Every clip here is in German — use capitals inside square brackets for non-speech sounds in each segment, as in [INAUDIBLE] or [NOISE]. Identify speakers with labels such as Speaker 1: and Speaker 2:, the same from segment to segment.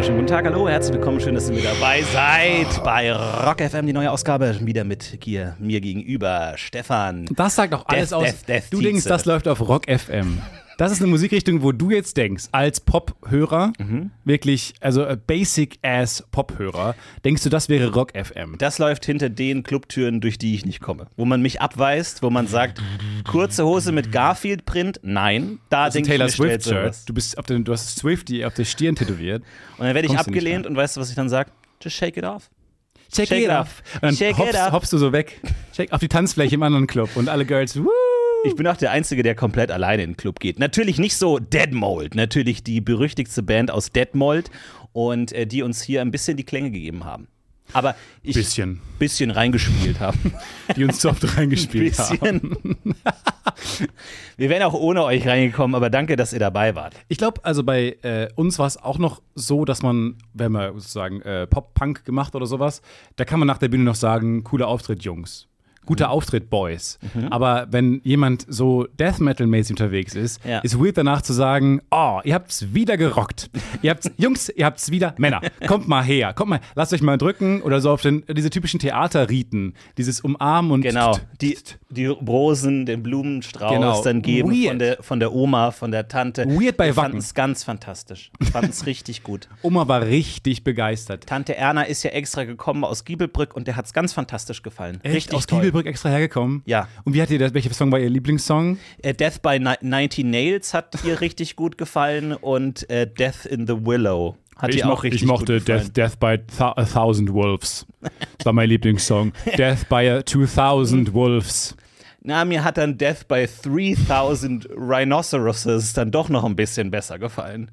Speaker 1: Schönen guten Tag, hallo, herzlich willkommen, schön, dass ihr mit dabei seid bei Rock FM, die neue Ausgabe, wieder mit hier, mir gegenüber, Stefan.
Speaker 2: Das sagt doch alles
Speaker 1: Def,
Speaker 2: aus.
Speaker 1: Def, Def,
Speaker 2: du
Speaker 1: Tietze.
Speaker 2: denkst, das läuft auf Rock FM. Das ist eine Musikrichtung, wo du jetzt denkst, als Pop-Hörer,
Speaker 1: Mhm.
Speaker 2: wirklich, also äh, Basic-Ass Pop-Hörer, denkst du, das wäre Rock FM.
Speaker 1: Das läuft hinter den Clubtüren, durch die ich nicht komme. Wo man mich abweist, wo man sagt, kurze Hose mit Garfield-Print, nein, da
Speaker 2: ein
Speaker 1: denke ich
Speaker 2: Taylor
Speaker 1: mir, stellt sowas.
Speaker 2: Swift-Shirt. Du, bist auf den- du hast Swift die auf der Stirn tätowiert.
Speaker 1: Und dann werde ich
Speaker 2: Kommst du nicht
Speaker 1: abgelehnt und weißt du, was ich dann sage? Just shake it off.
Speaker 2: Check,
Speaker 1: it
Speaker 2: it
Speaker 1: up.
Speaker 2: up. Und dann
Speaker 1: Check it
Speaker 2: hoppst,
Speaker 1: up.
Speaker 2: hoppst du so weg. Check auf die Tanzfläche im anderen Club und alle Girls, woo!
Speaker 1: Ich bin auch der Einzige, der komplett alleine in den Club geht. Natürlich nicht so Deadmold, natürlich die berüchtigste Band aus Deadmold und äh, die uns hier ein bisschen die Klänge gegeben haben. Aber ich
Speaker 2: Bisschen.
Speaker 1: bisschen reingespielt
Speaker 2: [LAUGHS]
Speaker 1: haben.
Speaker 2: Die
Speaker 1: [LAUGHS]
Speaker 2: uns soft reingespielt haben.
Speaker 1: bisschen. [LAUGHS] Wir wären auch ohne euch reingekommen, aber danke, dass ihr dabei wart.
Speaker 2: Ich glaube, also bei äh, uns war es auch noch so, dass man, wenn man sozusagen äh, Pop-Punk gemacht oder sowas, da kann man nach der Bühne noch sagen, cooler Auftritt, Jungs. Guter
Speaker 1: Mhm.
Speaker 2: Auftritt, Boys. Aber wenn jemand so Death Metal-mäßig unterwegs ist,
Speaker 1: Ja.
Speaker 2: ist weird danach zu sagen, oh, ihr habt's wieder gerockt. [LAUGHS] ihr habt's, Jungs, ihr habt's wieder, Männer, kommt mal her, kommt mal, lasst euch mal drücken oder so auf den, diese typischen Theaterriten, dieses Umarmen und
Speaker 1: Genau, die, die Rosen, den Blumenstrauß
Speaker 2: Genau.
Speaker 1: dann geben von
Speaker 2: Weird.
Speaker 1: der, von der Oma, von der Tante.
Speaker 2: Weird bei
Speaker 1: Wir
Speaker 2: Wacken.
Speaker 1: fanden es ganz fantastisch. Wir fanden es richtig gut.
Speaker 2: Oma war richtig begeistert.
Speaker 1: Tante Erna ist ja extra gekommen aus Giebelbrück und der hat es ganz fantastisch gefallen.
Speaker 2: Echt
Speaker 1: richtig
Speaker 2: aus
Speaker 1: toll.
Speaker 2: Giebelbrück extra hergekommen?
Speaker 1: Ja.
Speaker 2: Und wie hat dir das, welcher Song war ihr Lieblingssong?
Speaker 1: Äh, Death by Ni 90 Nails hat
Speaker 2: [LAUGHS]
Speaker 1: ihr richtig gut gefallen und äh, Death in the Willow hat ihr auch richtig gut gefallen.
Speaker 2: Death by a Thousand Wolves. Das war mein
Speaker 1: [LAUGHS]
Speaker 2: Lieblingssong. Death by a 2000 Wolves.
Speaker 1: Na, mir hat dann Death by 3000 Rhinoceroses dann doch noch ein bisschen besser gefallen.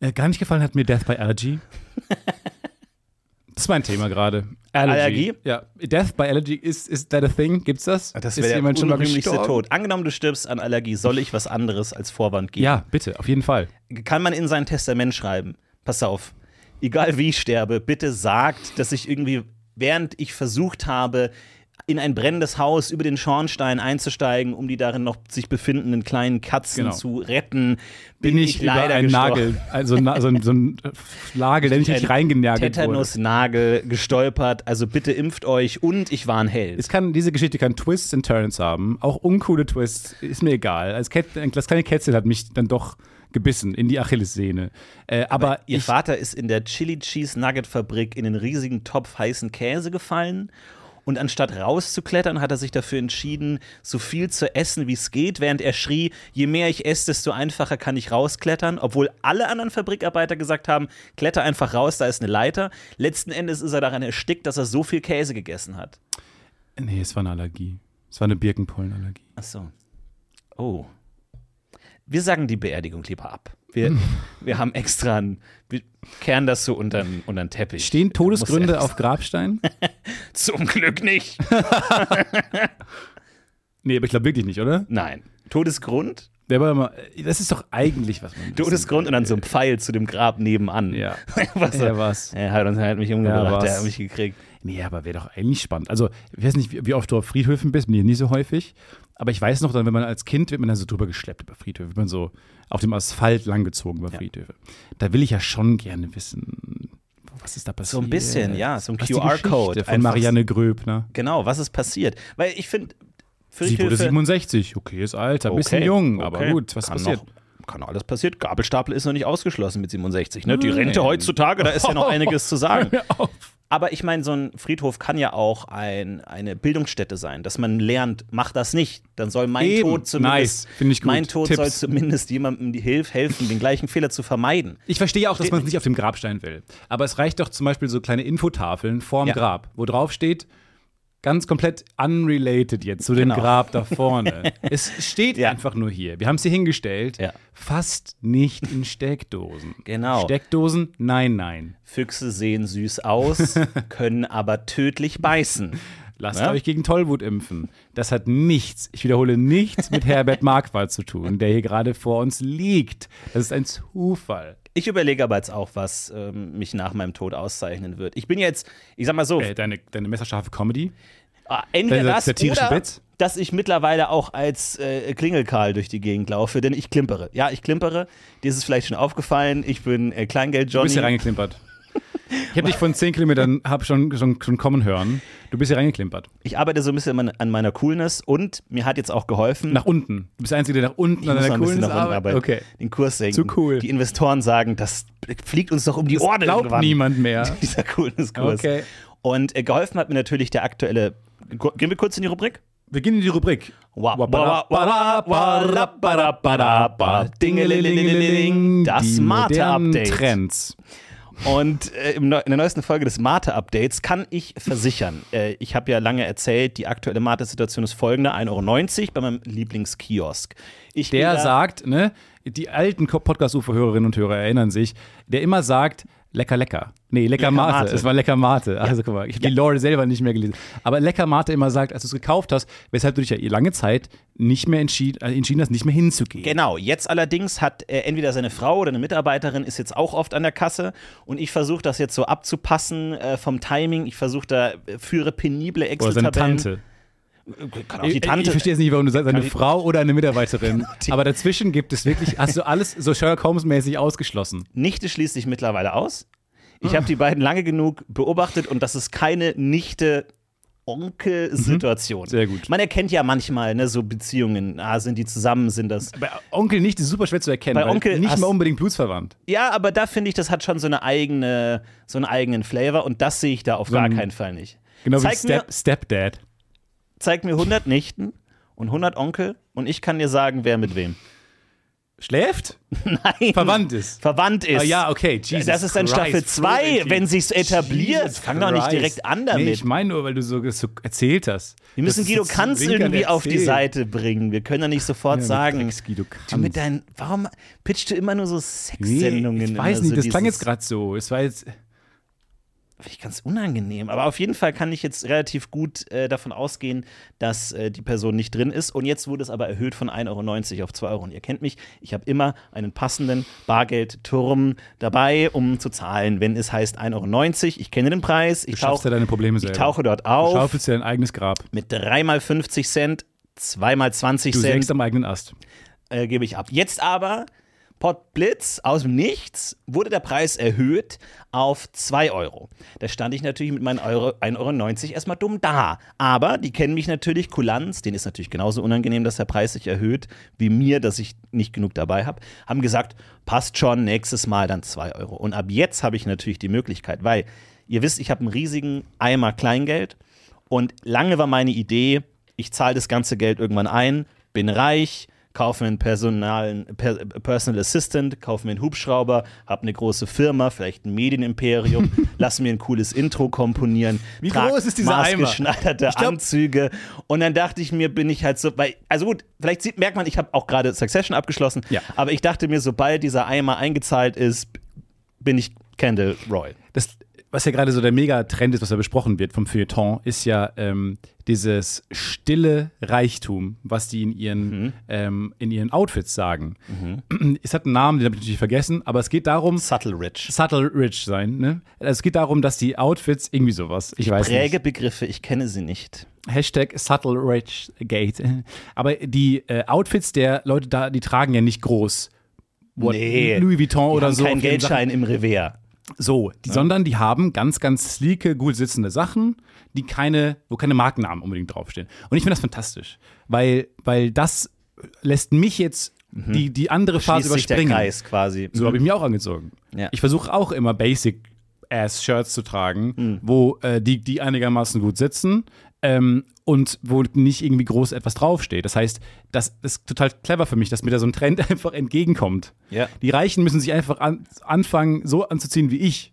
Speaker 2: Äh, gar nicht gefallen hat mir Death by Allergy. Das war ein Thema gerade.
Speaker 1: Allergie?
Speaker 2: Ja. Death by Allergy, ist, ist that a thing? Gibt's das?
Speaker 1: Ah, Das
Speaker 2: ist
Speaker 1: wäre der
Speaker 2: mal
Speaker 1: unrühmlichste
Speaker 2: gestorben?
Speaker 1: Tod. Angenommen, du stirbst an Allergie, soll ich was anderes als Vorwand geben?
Speaker 2: Ja, bitte, auf jeden Fall.
Speaker 1: Kann man in sein Testament schreiben? Pass auf. Egal wie ich sterbe, bitte sagt, dass ich irgendwie, während ich versucht habe, in ein brennendes Haus über den Schornstein einzusteigen, um die darin noch sich befindenden kleinen Katzen
Speaker 2: Genau.
Speaker 1: zu retten, bin,
Speaker 2: Bin ich, über
Speaker 1: leider
Speaker 2: einen
Speaker 1: gestorben.
Speaker 2: Nagel, also na, so ein,
Speaker 1: [LAUGHS]
Speaker 2: so ein Nagel, der nicht richtig reingenagelt wurde.
Speaker 1: Tetanusnagel gestolpert. Also bitte impft euch und ich war ein Held.
Speaker 2: Es kann, diese Geschichte kann Twists and Turns haben, auch uncoole Twists, ist mir egal. Als Cat, das kleine Kätzchen hat mich dann doch gebissen in die Achillessehne. Äh, aber
Speaker 1: Ihr
Speaker 2: ich,
Speaker 1: Vater ist in der Chili Cheese Nugget Fabrik in den riesigen Topf heißen Käse gefallen. Und anstatt rauszuklettern, hat er sich dafür entschieden, so viel zu essen, wie es geht, während er schrie, je mehr ich esse, desto einfacher kann ich rausklettern, obwohl alle anderen Fabrikarbeiter gesagt haben, kletter einfach raus, da ist eine Leiter. Letzten Endes ist er daran erstickt, dass er so viel Käse gegessen hat.
Speaker 2: nee, es war eine Allergie. Es war eine Birkenpollenallergie.
Speaker 1: Ach so. Oh. Wir sagen die Beerdigung lieber ab.
Speaker 2: [LAUGHS]
Speaker 1: Wir, wir haben extra einen, wir kehren das so unter den Teppich.
Speaker 2: Stehen
Speaker 1: Muss
Speaker 2: Todesgründe
Speaker 1: er-
Speaker 2: auf Grabstein?
Speaker 1: [LAUGHS] Zum Glück nicht.
Speaker 2: nee, aber ich glaube wirklich nicht, oder?
Speaker 1: Nein. Todesgrund?
Speaker 2: Der war immer, das ist doch eigentlich, was man.
Speaker 1: Todesgrund und dann so ein Pfeil zu dem Grab nebenan.
Speaker 2: Ja.
Speaker 1: [LAUGHS] Was
Speaker 2: Er war's.
Speaker 1: Er hat, uns- er hat mich umgebracht,
Speaker 2: Er war's.
Speaker 1: er hat mich gekriegt.
Speaker 2: Nee, aber wäre doch eigentlich spannend. Also, ich weiß nicht, wie wie oft du auf Friedhöfen bist, bin ich nicht so häufig. Aber ich weiß noch, dann, wenn man als Kind, wird man dann so drüber geschleppt über Friedhöfe, wird man so auf dem Asphalt langgezogen über Friedhöfe. Da will ich ja schon gerne wissen, was ist da passiert.
Speaker 1: So ein bisschen, ja, so ein
Speaker 2: Was ist die
Speaker 1: QR-Code.
Speaker 2: Geschichte Von
Speaker 1: Einfach-
Speaker 2: Marianne Gröbner.
Speaker 1: Genau, was ist passiert? Weil ich finde,
Speaker 2: Sie wurde
Speaker 1: Friedhöfe-
Speaker 2: 67, okay, ist alt, ein bisschen
Speaker 1: Okay,
Speaker 2: jung,
Speaker 1: okay.
Speaker 2: aber gut, was
Speaker 1: kann
Speaker 2: passiert?
Speaker 1: Noch, kann alles passiert. Gabelstapel ist noch nicht ausgeschlossen mit 67. Ne? Die
Speaker 2: Nein.
Speaker 1: Rente heutzutage, da ist ja
Speaker 2: [LAUGHS]
Speaker 1: noch einiges zu sagen.
Speaker 2: Hör mir auf.
Speaker 1: Aber ich meine, so ein Friedhof kann ja auch ein, eine Bildungsstätte sein, dass man lernt, mach das nicht. Dann soll mein
Speaker 2: Eben.
Speaker 1: Tod zumindest,
Speaker 2: Nice. Finde ich gut.
Speaker 1: mein Tod
Speaker 2: Tipps.
Speaker 1: soll zumindest jemandem die Hilfe helfen, den gleichen Fehler zu vermeiden.
Speaker 2: Ich verstehe auch, dass man es nicht auf dem Grabstein will. Aber es reicht doch zum Beispiel so kleine Infotafeln vorm
Speaker 1: Ja.
Speaker 2: Grab, wo drauf steht, ganz komplett unrelated jetzt zu dem
Speaker 1: Genau.
Speaker 2: Grab da
Speaker 1: [LAUGHS]
Speaker 2: vorne. es steht
Speaker 1: Ja.
Speaker 2: einfach nur hier. Wir haben es hier hingestellt.
Speaker 1: Ja.
Speaker 2: Fast nicht in Steckdosen.
Speaker 1: Genau.
Speaker 2: Steckdosen, nein, nein.
Speaker 1: Füchse sehen süß
Speaker 2: [LAUGHS]
Speaker 1: aus, können aber tödlich beißen.
Speaker 2: Lasst
Speaker 1: Ja.
Speaker 2: euch gegen Tollwut impfen. Das hat nichts, ich wiederhole, nichts mit Herbert Marquardt zu tun, der hier gerade vor uns liegt. Das ist ein Zufall.
Speaker 1: Ich überlege aber jetzt auch, was ähm, mich nach meinem Tod auszeichnen wird. Ich bin jetzt, ich sag mal so,
Speaker 2: Äh, deine, deine messerscharfe Comedy?
Speaker 1: Ah, Entweder
Speaker 2: Deine
Speaker 1: das
Speaker 2: satirischen
Speaker 1: oder
Speaker 2: Bits?
Speaker 1: dass ich mittlerweile auch als äh, Klingelkarl durch die Gegend laufe, denn ich klimpere. Ja, ich klimpere. Dir ist es vielleicht schon aufgefallen. Ich bin äh,
Speaker 2: Du bist hier
Speaker 1: Kleingeld-Johnny.
Speaker 2: reingeklimpert. Ich habe dich von 10 Kilometern hab schon, schon, schon kommen hören. Du bist hier reingeklimpert.
Speaker 1: Ich arbeite so ein bisschen an- an meiner Coolness und mir hat jetzt auch geholfen.
Speaker 2: Nach unten. Du bist der Einzige, der nach unten an
Speaker 1: Ich muss noch
Speaker 2: deiner
Speaker 1: ein bisschen
Speaker 2: coolen
Speaker 1: nach unten
Speaker 2: Arbeit.
Speaker 1: arbeiten.
Speaker 2: Okay.
Speaker 1: Den Kurs senken.
Speaker 2: Zu cool.
Speaker 1: Die Investoren sagen, das fliegt uns doch um die Ohren.
Speaker 2: Glaubt
Speaker 1: irgendwann.
Speaker 2: niemand mehr.
Speaker 1: [LAUGHS] Dieser Coolness-Kurs.
Speaker 2: Okay.
Speaker 1: Und äh, geholfen hat mir natürlich der aktuelle. Gu- Gehen wir kurz in die Rubrik?
Speaker 2: Wir gehen in die Rubrik.
Speaker 1: Wa- wa- wa- wa- wa- ra- ba- ra- ba- ra- ba- dingelilililililling. Das
Speaker 2: Die modernen
Speaker 1: Mate-Update.
Speaker 2: Trends.
Speaker 1: Und äh, im Neu- in der neuesten Folge des Mate-Updates kann ich versichern, äh, ich habe ja lange erzählt, die aktuelle Mate-Situation ist folgende: 1,90 Euro bei meinem Lieblingskiosk. Ich gehe
Speaker 2: Der
Speaker 1: da-
Speaker 2: sagt, ne, die alten Ko- Podcast-UFO-Hörerinnen und Hörer erinnern sich, der immer sagt, lecker, lecker. Nee, lecker,
Speaker 1: Lecker
Speaker 2: Mate.
Speaker 1: Mate.
Speaker 2: Es war lecker Mate. Also guck mal, ich habe die Lore selber nicht mehr gelesen. Aber lecker Mate immer sagt, als du es gekauft hast, weshalb du dich ja lange Zeit nicht mehr entschied, äh, entschieden hast, nicht mehr hinzugehen.
Speaker 1: Genau, jetzt allerdings hat äh, entweder seine Frau oder eine Mitarbeiterin ist jetzt auch oft an der Kasse und ich versuche das jetzt so abzupassen äh, vom Timing. Ich versuche da, äh, führe penible
Speaker 2: Oder
Speaker 1: Excel-Tabellen. Äh,
Speaker 2: seine Tante.
Speaker 1: Kann auch die
Speaker 2: Ich-
Speaker 1: Tante. Genau,
Speaker 2: Ich verstehe jetzt nicht, warum du sagst, seine
Speaker 1: die-
Speaker 2: Frau oder
Speaker 1: [LAUGHS]
Speaker 2: eine Mitarbeiterin. Aber dazwischen gibt es wirklich, hast du alles so Sherlock Holmes-mäßig ausgeschlossen.
Speaker 1: Nichte schließt sich mittlerweile aus.
Speaker 2: Hm.
Speaker 1: Ich habe die beiden lange genug beobachtet und das ist keine Nichte. Onkel-Situation.
Speaker 2: Mhm. Sehr gut.
Speaker 1: Man erkennt ja manchmal ne, so Beziehungen. Ah, sind die zusammen, sind das.
Speaker 2: Bei Onkel nicht, ist super schwer zu erkennen.
Speaker 1: Bei
Speaker 2: weil
Speaker 1: Onkel
Speaker 2: nicht
Speaker 1: hast-
Speaker 2: mal unbedingt blutsverwandt.
Speaker 1: Ja, aber da finde ich, das hat schon so eine eigene, so einen eigenen Flavor und das sehe ich da auf gar
Speaker 2: ein-
Speaker 1: keinen Fall nicht.
Speaker 2: Genau
Speaker 1: Zeig
Speaker 2: wie Step, Stepdad.
Speaker 1: mir, zeig mir 100 Nichten und 100 Onkel und ich kann dir sagen, wer mit wem.
Speaker 2: Schläft?
Speaker 1: [LAUGHS] Nein.
Speaker 2: Verwandt ist.
Speaker 1: Verwandt ist.
Speaker 2: Ah ja, okay. Jesus
Speaker 1: das ist dann
Speaker 2: Christ,
Speaker 1: Staffel 2,
Speaker 2: Florian,
Speaker 1: wenn sich's etabliert.
Speaker 2: Jesus
Speaker 1: Fang doch nicht
Speaker 2: Christ.
Speaker 1: direkt an damit.
Speaker 2: Nee, ich meine nur, weil du so, so erzählt hast.
Speaker 1: Wir müssen Guido Kanz irgendwie auf die Seite bringen. Wir können ja nicht sofort sagen,
Speaker 2: Guido
Speaker 1: du mit deinen, warum pitchst du immer nur so Sexsendungen?
Speaker 2: Nee, ich
Speaker 1: immer
Speaker 2: weiß nicht,
Speaker 1: so
Speaker 2: das klang
Speaker 1: also dieses-
Speaker 2: jetzt gerade so. Es war jetzt.
Speaker 1: Finde ich ganz unangenehm. Aber auf jeden Fall kann ich jetzt relativ gut äh, davon ausgehen, dass äh, die Person nicht drin ist. Und jetzt wurde es aber erhöht von 1,90 Euro auf 2 Euro. Und ihr kennt mich, ich habe immer einen passenden Bargeldturm dabei, um zu zahlen, wenn es heißt 1,90 Euro. Ich kenne den Preis, ich,
Speaker 2: Du schaffst
Speaker 1: tauche,
Speaker 2: ja deine Probleme
Speaker 1: ich
Speaker 2: selber.
Speaker 1: tauche dort
Speaker 2: du
Speaker 1: auf
Speaker 2: schaufelst dir dein eigenes Grab.
Speaker 1: mit 3 x 50 Cent, 2 x 20
Speaker 2: Du
Speaker 1: Cent
Speaker 2: sägst am eigenen Ast.
Speaker 1: äh, gebe ich ab. Jetzt aber, Pottblitz aus dem Nichts, wurde der Preis erhöht auf 2 Euro. Da stand ich natürlich mit meinen Euro, 1,90 Euro erstmal dumm da. Aber die kennen mich natürlich, Kulanz, denen ist natürlich genauso unangenehm, dass der Preis sich erhöht, wie mir, dass ich nicht genug dabei habe, haben gesagt, passt schon, nächstes Mal dann 2 Euro. Und ab jetzt habe ich natürlich die Möglichkeit, weil ihr wisst, ich habe einen riesigen Eimer Kleingeld und lange war meine Idee, ich zahle das ganze Geld irgendwann ein, bin reich, kaufe mir einen personalen, per, Personal Assistant, kaufe mir einen Hubschrauber, habe eine große Firma, vielleicht ein
Speaker 2: [LAUGHS]
Speaker 1: Medienimperium, lass mir ein cooles Intro komponieren.
Speaker 2: Wie groß ist dieser Eimer?
Speaker 1: Maßgeschneiderte
Speaker 2: glaub-
Speaker 1: Anzüge. Und dann dachte ich mir, bin ich halt so, weil, also gut, vielleicht sieht, merkt man, ich habe auch gerade Succession abgeschlossen,
Speaker 2: Ja.
Speaker 1: aber ich dachte mir, sobald dieser Eimer eingezahlt ist, bin ich Kendall Roy.
Speaker 2: das, was ja gerade so der Megatrend ist, was ja besprochen wird vom Feuilleton, ist ja ähm, dieses stille Reichtum, was die in ihren,
Speaker 1: Mhm.
Speaker 2: ähm, in ihren Outfits sagen. [CLEARS THROAT] Es hat einen Namen, den habe ich natürlich vergessen, aber es geht darum,
Speaker 1: Subtle Rich.
Speaker 2: subtle rich sein. Ne? Also es geht darum, dass die Outfits irgendwie sowas, ich, weiß nicht.
Speaker 1: Präge Begriffe, ich kenne sie nicht.
Speaker 2: Hashtag Subtle Rich Gate. Aber die äh, Outfits der Leute da, die tragen ja nicht groß. What-
Speaker 1: Nee.
Speaker 2: Louis Vuitton
Speaker 1: Die
Speaker 2: oder
Speaker 1: haben
Speaker 2: so.
Speaker 1: Kein
Speaker 2: auf ihren Sachen.
Speaker 1: Geldschein im Revers.
Speaker 2: So, die, sondern die haben ganz, ganz sleeke, gut sitzende Sachen, die keine, wo keine Markennamen unbedingt draufstehen. Und ich finde das fantastisch, weil, weil das lässt mich jetzt die, die andere Phase
Speaker 1: Mhm. Schließt sich der
Speaker 2: überspringen.
Speaker 1: Kreis quasi.
Speaker 2: So habe ich mich auch angezogen.
Speaker 1: Ja.
Speaker 2: Ich versuche auch immer Basic Ass Shirts zu tragen,
Speaker 1: Mhm.
Speaker 2: wo äh, die, die einigermaßen gut sitzen ähm, und wo nicht irgendwie groß etwas draufsteht. Das heißt, das ist total clever für mich, dass mir da so ein Trend [LAUGHS] einfach entgegenkommt.
Speaker 1: Mhm. Ja.
Speaker 2: Die Reichen müssen sich einfach an, anfangen, so anzuziehen wie ich.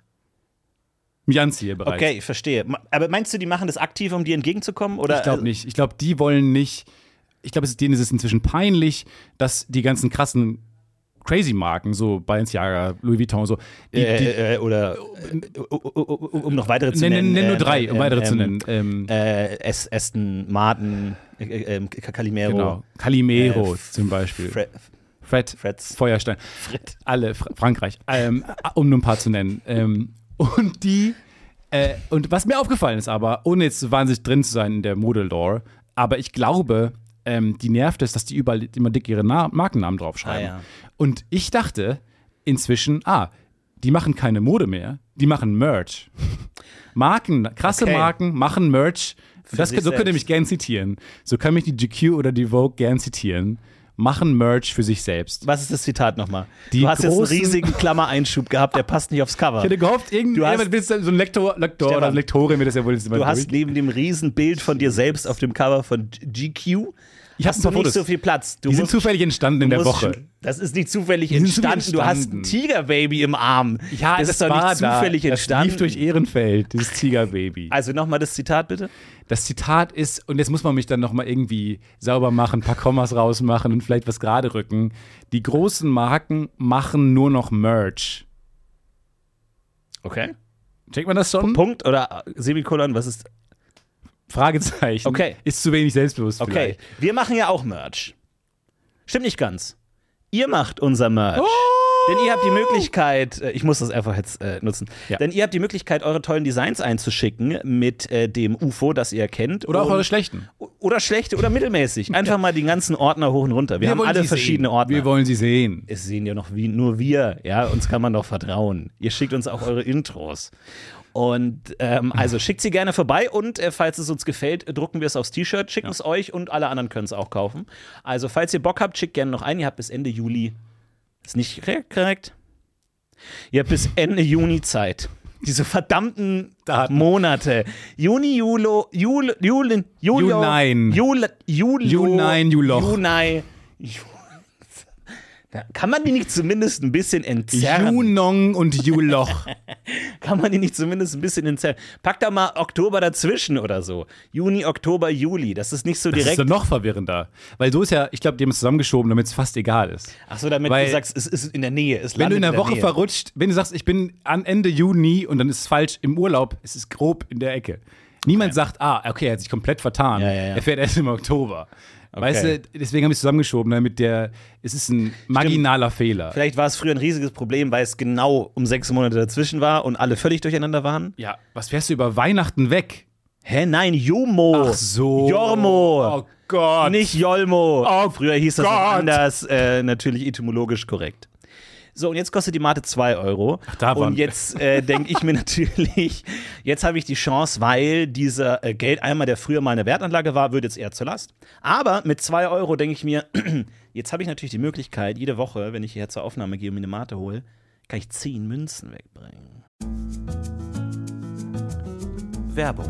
Speaker 2: Mich anziehe bereits.
Speaker 1: Okay, ich verstehe. Ma- Aber meinst du, die machen das aktiv, um dir entgegenzukommen? Oder?
Speaker 2: Ich glaube nicht. Ich glaube, die wollen nicht. Ich glaube, es ist- denen ist es inzwischen peinlich, dass die ganzen krassen Crazy-Marken, so Balenciaga, Louis Vuitton, so, die, die,
Speaker 1: Äh, äh, oder äh, u- u- u- um noch weitere zu
Speaker 2: Nenn,
Speaker 1: nennen.
Speaker 2: nenn, nenn nur
Speaker 1: äh,
Speaker 2: drei, um
Speaker 1: äh,
Speaker 2: weitere zu
Speaker 1: ähm,
Speaker 2: nennen. Ähm,
Speaker 1: Äh, Es- Aston, Martin, äh, äh, ähm, K- Calimero,
Speaker 2: genau. Calimero
Speaker 1: äh, F-
Speaker 2: zum Beispiel.
Speaker 1: Fre
Speaker 2: Fred,
Speaker 1: Freds.
Speaker 2: Feuerstein.
Speaker 1: Fred.
Speaker 2: Alle, Fra Frankreich. Ähm, um nur ein paar zu nennen. Ähm, und die, Äh, und was mir aufgefallen ist aber, ohne jetzt wahnsinnig drin zu sein in der Modelore, aber ich glaube, ähm, die nervt es, dass die überall immer dick ihre Na Markennamen draufschreiben.
Speaker 1: Ah, ja.
Speaker 2: Und ich dachte inzwischen, ah, die machen keine Mode mehr, die machen Merch. Marken, krasse
Speaker 1: Okay.
Speaker 2: Marken machen Merch. Das,
Speaker 1: sich
Speaker 2: so könnt ihr
Speaker 1: selbst.
Speaker 2: mich gern zitieren. So kann mich die GQ oder die Vogue gern zitieren. Machen Merch für sich selbst.
Speaker 1: Was ist das Zitat nochmal?
Speaker 2: Die
Speaker 1: Du hast jetzt einen
Speaker 2: großen-
Speaker 1: riesigen Klammereinschub gehabt, der passt
Speaker 2: [LAUGHS]
Speaker 1: nicht aufs Cover.
Speaker 2: Ich hätte gehofft, irgendjemand
Speaker 1: hast-
Speaker 2: will so ein Lektor, Lektor
Speaker 1: Stefan,
Speaker 2: oder Lektorin wird das ja wohl jetzt immer
Speaker 1: Du
Speaker 2: durch.
Speaker 1: hast neben dem riesen Bild von dir selbst auf dem Cover von G- GQ
Speaker 2: Ich hab ein
Speaker 1: hast du
Speaker 2: paar
Speaker 1: nicht
Speaker 2: Fotos.
Speaker 1: so viel Platz. Du
Speaker 2: Die sind
Speaker 1: musst-
Speaker 2: zufällig entstanden in
Speaker 1: du
Speaker 2: der
Speaker 1: musst
Speaker 2: Woche.
Speaker 1: schon- Das ist nicht zufällig
Speaker 2: sind zufällig
Speaker 1: entstanden. Du hast ein
Speaker 2: entstanden.
Speaker 1: Tigerbaby im Arm. das ist doch nicht
Speaker 2: da.
Speaker 1: zufällig entstanden.
Speaker 2: Das lief durch E- Ehrenfeld, dieses Tigerbaby.
Speaker 1: also nochmal das Zitat bitte.
Speaker 2: Das Zitat ist, und jetzt muss man mich dann nochmal irgendwie sauber machen, ein paar Kommas rausmachen und vielleicht was gerade rücken. Die großen Marken machen nur noch Merch.
Speaker 1: Okay.
Speaker 2: Checkt man das schon?
Speaker 1: Punkt oder Semikolon, was ist.
Speaker 2: Fragezeichen.
Speaker 1: Okay.
Speaker 2: Ist zu wenig selbstbewusst
Speaker 1: Okay.
Speaker 2: vielleicht.
Speaker 1: Wir machen ja auch Merch. Stimmt nicht ganz. Ihr macht unser Merch. Denn ihr habt die Möglichkeit, äh, ich muss das einfach jetzt äh, nutzen,
Speaker 2: Ja.
Speaker 1: denn ihr habt die Möglichkeit, eure tollen Designs einzuschicken mit äh, dem UFO, das ihr kennt.
Speaker 2: Oder auch
Speaker 1: Und-
Speaker 2: eure schlechten.
Speaker 1: oder schlechte oder mittelmäßig. Einfach mal den ganzen Ordner hoch und runter. Wir, haben
Speaker 2: wollen
Speaker 1: alle
Speaker 2: sie
Speaker 1: verschiedene
Speaker 2: sehen.
Speaker 1: Ordner.
Speaker 2: Wir wollen sie sehen.
Speaker 1: es sehen ja noch wie, nur wir, ja, uns kann man doch vertrauen. Ihr schickt uns auch eure Intros. Und ähm, also schickt sie gerne vorbei und äh, falls es uns gefällt, äh, drucken wir es aufs T-Shirt, schicken es euch und alle anderen können es auch kaufen. Also falls ihr Bock habt, schickt gerne noch ein. Ihr habt bis Ende Juli, ist nicht korrekt, korrekt? Ihr habt bis Ende Juni Zeit. Diese verdammten
Speaker 2: Daten.
Speaker 1: Monate. Juni, Julo, Jul, Julin, Julio,
Speaker 2: Junein.
Speaker 1: Jul, Julio,
Speaker 2: Junein, Juloch.
Speaker 1: Junai, Ju- ja, Kann man die nicht zumindest ein bisschen entzerren?
Speaker 2: Junong und Juloch.
Speaker 1: Kann man die nicht zumindest ein bisschen entzerren? Pack da mal Oktober dazwischen oder so. Juni, Oktober, Juli. Das ist nicht so
Speaker 2: Das ist
Speaker 1: direkt.
Speaker 2: dann noch verwirrender. Weil so ist ja, ich glaube, die haben es zusammengeschoben, damit es fast egal ist.
Speaker 1: Achso, damit
Speaker 2: weil-
Speaker 1: du sagst, es ist in der Nähe. Es
Speaker 2: Wenn du
Speaker 1: landet
Speaker 2: in der, Woche
Speaker 1: Nähe.
Speaker 2: verrutscht, wenn du sagst, ich bin an Ende Juni und dann ist es falsch im Urlaub, es ist grob in der Ecke. Niemand sagt, ah, okay, er hat sich komplett vertan.
Speaker 1: Ja, ja, ja.
Speaker 2: Er fährt erst im Oktober. Weißt du, deswegen habe ich es zusammengeschoben, damit der, es ist ein marginaler Fehler.
Speaker 1: Vielleicht war es früher ein riesiges Problem, weil es genau um sechs Monate dazwischen war und alle völlig durcheinander waren.
Speaker 2: Ja, was fährst du über Weihnachten weg?
Speaker 1: Hä, nein, Jomo.
Speaker 2: Ach so.
Speaker 1: Jormo.
Speaker 2: Oh Gott.
Speaker 1: Nicht Jolmo.
Speaker 2: Oh
Speaker 1: Früher hieß das noch
Speaker 2: Gott.
Speaker 1: anders, äh, natürlich etymologisch korrekt. So, und jetzt kostet die Mate 2 Euro. Ach,
Speaker 2: da waren
Speaker 1: und
Speaker 2: wir.
Speaker 1: jetzt äh, denke ich mir [LAUGHS] natürlich, jetzt habe ich die Chance, weil dieser äh, Geldeimer, der früher mal eine Wertanlage war, wird jetzt eher zur Last. Aber mit 2 Euro denke ich mir, [CLEARS THROAT] jetzt habe ich natürlich die Möglichkeit, jede Woche, wenn ich hierher zur Aufnahme gehe und mir eine Mate hole, kann ich 10 Münzen wegbringen. Werbung.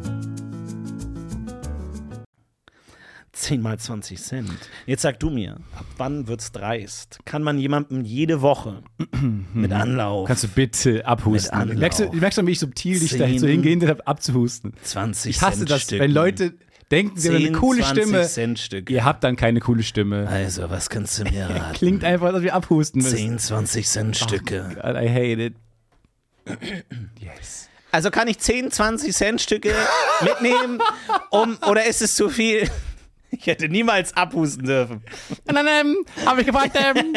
Speaker 3: 10 mal 20 Cent. Jetzt sag du mir, ab wann wird's dreist? Kann man jemandem jede Woche mit Anlauf
Speaker 2: Kannst du bitte
Speaker 3: Mit
Speaker 2: abhusten?
Speaker 3: Anlauf.
Speaker 2: Du merkst, du merkst schon, wie ich subtil dich
Speaker 3: Zehn.
Speaker 2: dazu hingehend habe, abzuhusten.
Speaker 3: 20
Speaker 2: Ich hasse
Speaker 3: Cent
Speaker 2: das,
Speaker 3: Stücken.
Speaker 2: wenn Leute denken, sie
Speaker 3: 10,
Speaker 2: haben eine coole
Speaker 3: 20
Speaker 2: Stimme.
Speaker 3: Cent Stück.
Speaker 2: Ihr habt dann keine coole Stimme.
Speaker 3: Also, was kannst du [LAUGHS] mir raten?
Speaker 2: Klingt einfach, dass wir abhusten müssen.
Speaker 3: 10, 20 Cent Stücke.
Speaker 2: God, I hate it. Yes.
Speaker 3: Also kann ich 10, 20 Cent [LAUGHS] Stücke mitnehmen? Um, oder ist es zu viel? Ich hätte niemals abhusten dürfen.
Speaker 2: Nein, nein, habe ich gefragt. Ähm.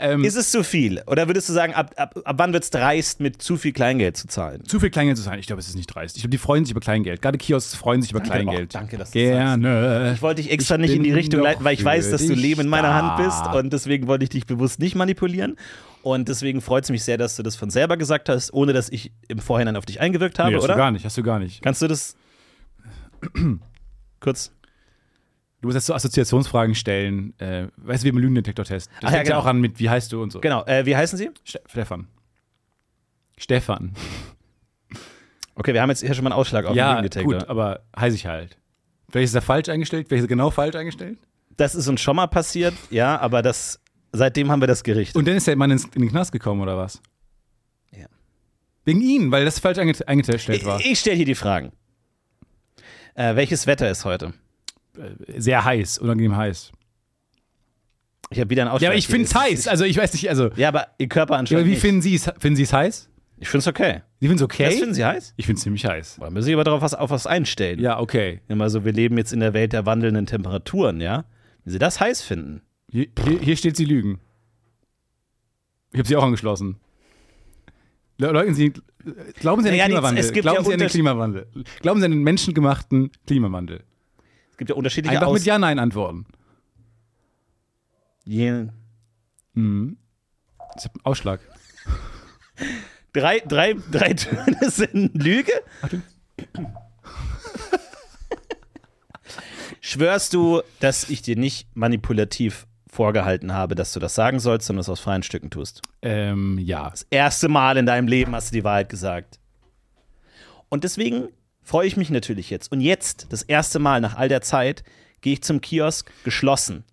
Speaker 2: ähm,
Speaker 3: Ist es zu viel? Oder würdest du sagen, ab, ab, ab wann wird's dreist, mit zu viel Kleingeld zu
Speaker 2: [LAUGHS]
Speaker 3: zahlen?
Speaker 2: zu viel Kleingeld zu sein. Ich glaube, es ist nicht dreist. Ich glaube, die freuen sich über Kleingeld. Gerade Kiosks freuen sich über Kleingeld.
Speaker 3: Oh, danke, dass du
Speaker 2: Gerne.
Speaker 3: Ich wollte dich extra
Speaker 2: Ich
Speaker 3: nicht in die
Speaker 2: bin
Speaker 3: Richtung
Speaker 2: doch
Speaker 3: leiten, weil ich weiß,
Speaker 2: für
Speaker 3: dass du
Speaker 2: dich
Speaker 3: Leben in meiner
Speaker 2: da.
Speaker 3: Hand bist und deswegen wollte ich dich bewusst nicht manipulieren. Und deswegen freut es mich sehr, dass du das von selber gesagt hast, ohne dass ich im Vorhinein auf dich eingewirkt habe,
Speaker 2: nee, hast
Speaker 3: oder?
Speaker 2: du gar nicht, hast du gar nicht.
Speaker 3: Kannst
Speaker 2: [CLEARS THROAT]
Speaker 3: du das kurz?
Speaker 2: Du musst jetzt so Assoziationsfragen stellen. Äh, weißt du, wie im Lügendetektor-Test. Das
Speaker 3: Ah, ja,
Speaker 2: fängt
Speaker 3: genau.
Speaker 2: auch an mit, wie heißt du und so.
Speaker 3: Genau, äh, wie heißen sie?
Speaker 2: Ste- Stefan. Stefan.
Speaker 3: Okay, wir haben jetzt hier schon mal einen Ausschlag auf den
Speaker 2: Ja,
Speaker 3: Lügendetektor.
Speaker 2: gut, aber heiße ich halt. Vielleicht ist er falsch eingestellt, vielleicht ist er genau falsch eingestellt.
Speaker 3: Das ist uns schon mal passiert, ja, aber das, seitdem haben wir das Gericht.
Speaker 2: Und dann ist der Mann ins, in den Knast gekommen, oder was?
Speaker 3: Ja.
Speaker 2: Wegen ihn, weil das falsch einge- eingestellt
Speaker 3: Ich,
Speaker 2: war.
Speaker 3: Äh, ich stelle hier die Fragen. Äh, welches Wetter ist heute?
Speaker 2: Sehr heiß, unangenehm heiß.
Speaker 3: Ich habe wieder einen Ausschlag.
Speaker 2: Ja, aber ich
Speaker 3: hier.
Speaker 2: finde es
Speaker 3: Es ist-
Speaker 2: heiß. Also ich weiß nicht, also.
Speaker 3: Ja, aber ihr Körper
Speaker 2: Ja,
Speaker 3: anscheinend
Speaker 2: aber wie
Speaker 3: nicht.
Speaker 2: finden Sie es? Finden Sie es heiß?
Speaker 3: ich finde es okay.
Speaker 2: Sie finden es
Speaker 3: Das
Speaker 2: okay?
Speaker 3: finden Sie heiß?
Speaker 2: Ich finde es ziemlich heiß.
Speaker 3: Da müssen Sie aber darauf was, auf was einstellen.
Speaker 2: Ja, okay.
Speaker 3: Immer so, wir leben jetzt in der Welt der wandelnden Temperaturen, ja? Wenn Sie das heiß finden.
Speaker 2: Hier, hier, hier steht, Sie lügen. Ich habe Sie auch angeschlossen. Le- Leugnen Sie, glauben Sie an den
Speaker 3: Naja, nichts,
Speaker 2: Klimawandel?
Speaker 3: es gibt
Speaker 2: glauben Sie
Speaker 3: ja
Speaker 2: an den
Speaker 3: Unterschied-
Speaker 2: Klimawandel? Glauben Sie an den menschengemachten Klimawandel?
Speaker 3: Es gibt ja unterschiedliche
Speaker 2: Einfach
Speaker 3: Aus
Speaker 2: mit Ja-Nein antworten.
Speaker 3: Je-
Speaker 2: Ich habe einen Ausschlag.
Speaker 3: drei, drei, drei [LAUGHS] Töne sind Lüge. Schwörst du, dass ich dir nicht manipulativ vorgehalten habe, dass du das sagen sollst, sondern das aus freien Stücken tust?
Speaker 2: Ähm, ja.
Speaker 3: erste Mal in deinem Leben hast du die Wahrheit gesagt. Und deswegen freue ich mich natürlich jetzt. Und jetzt, das erste Mal nach all der Zeit, gehe ich zum Kiosk geschlossen.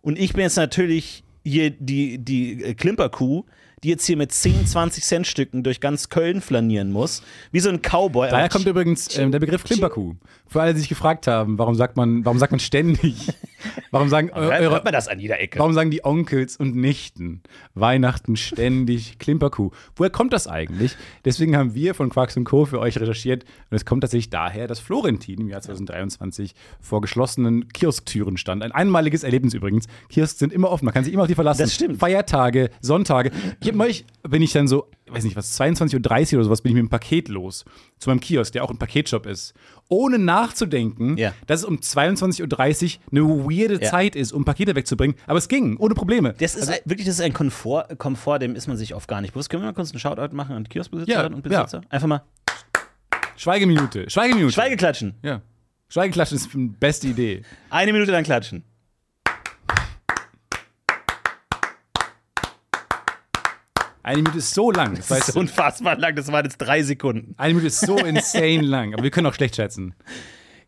Speaker 3: Und ich bin jetzt natürlich hier die, die äh, Klimperkuh, die jetzt hier mit 10, 20 Cent Stücken durch ganz Köln flanieren muss, wie so ein Cowboy.
Speaker 2: Daher
Speaker 3: Aber
Speaker 2: kommt übrigens ähm, der Begriff Klimperkuh. Für alle, die sich gefragt haben, warum sagt man, warum sagt man
Speaker 3: [LAUGHS]
Speaker 2: ständig? Warum sagen eu-
Speaker 3: hört, hört
Speaker 2: eure,
Speaker 3: man das an jeder Ecke.
Speaker 2: warum sagen die Onkels und Nichten Weihnachten
Speaker 3: [LAUGHS]
Speaker 2: ständig Klimperkuh? Woher kommt das eigentlich? Deswegen haben wir von Quacks und Co. für euch recherchiert und es kommt tatsächlich daher, dass Florentin im Jahr 2023 vor geschlossenen Kiosktüren stand. Ein einmaliges Erlebnis übrigens. Kiosks sind immer offen, man kann sich immer auf die verlassen.
Speaker 3: Das stimmt.
Speaker 2: Feiertage, Sonntage. Ich hab neulich, bin ich dann so, weiß nicht was, 22.30 Uhr oder sowas, bin ich mit dem Paket los. Zu meinem Kiosk, der auch ein Paketshop ist. Ohne nachzudenken,
Speaker 3: Ja.
Speaker 2: dass es um 22.30 Uhr eine weirde
Speaker 3: Ja.
Speaker 2: Zeit ist, um Pakete wegzubringen. Aber es ging, ohne Probleme.
Speaker 3: Das ist ein- wirklich das ist ein Komfort, Komfort, dem ist man sich oft gar nicht bewusst. Können wir mal kurz einen Shoutout machen an Kioskbesitzerinnen
Speaker 2: Ja,
Speaker 3: und Besitzer? Einfach mal
Speaker 2: Schweigeminute, Schweigeminute.
Speaker 3: Schweigeklatschen.
Speaker 2: ja. Schweigeklatschen ist die beste Idee.
Speaker 3: Eine Minute lang klatschen.
Speaker 2: Eine Minute ist so lang. Das
Speaker 3: Das
Speaker 2: weißt
Speaker 3: ist
Speaker 2: du.
Speaker 3: unfassbar lang, das waren jetzt drei Sekunden.
Speaker 2: Eine Minute ist so insane lang. Aber wir können auch schlecht schätzen.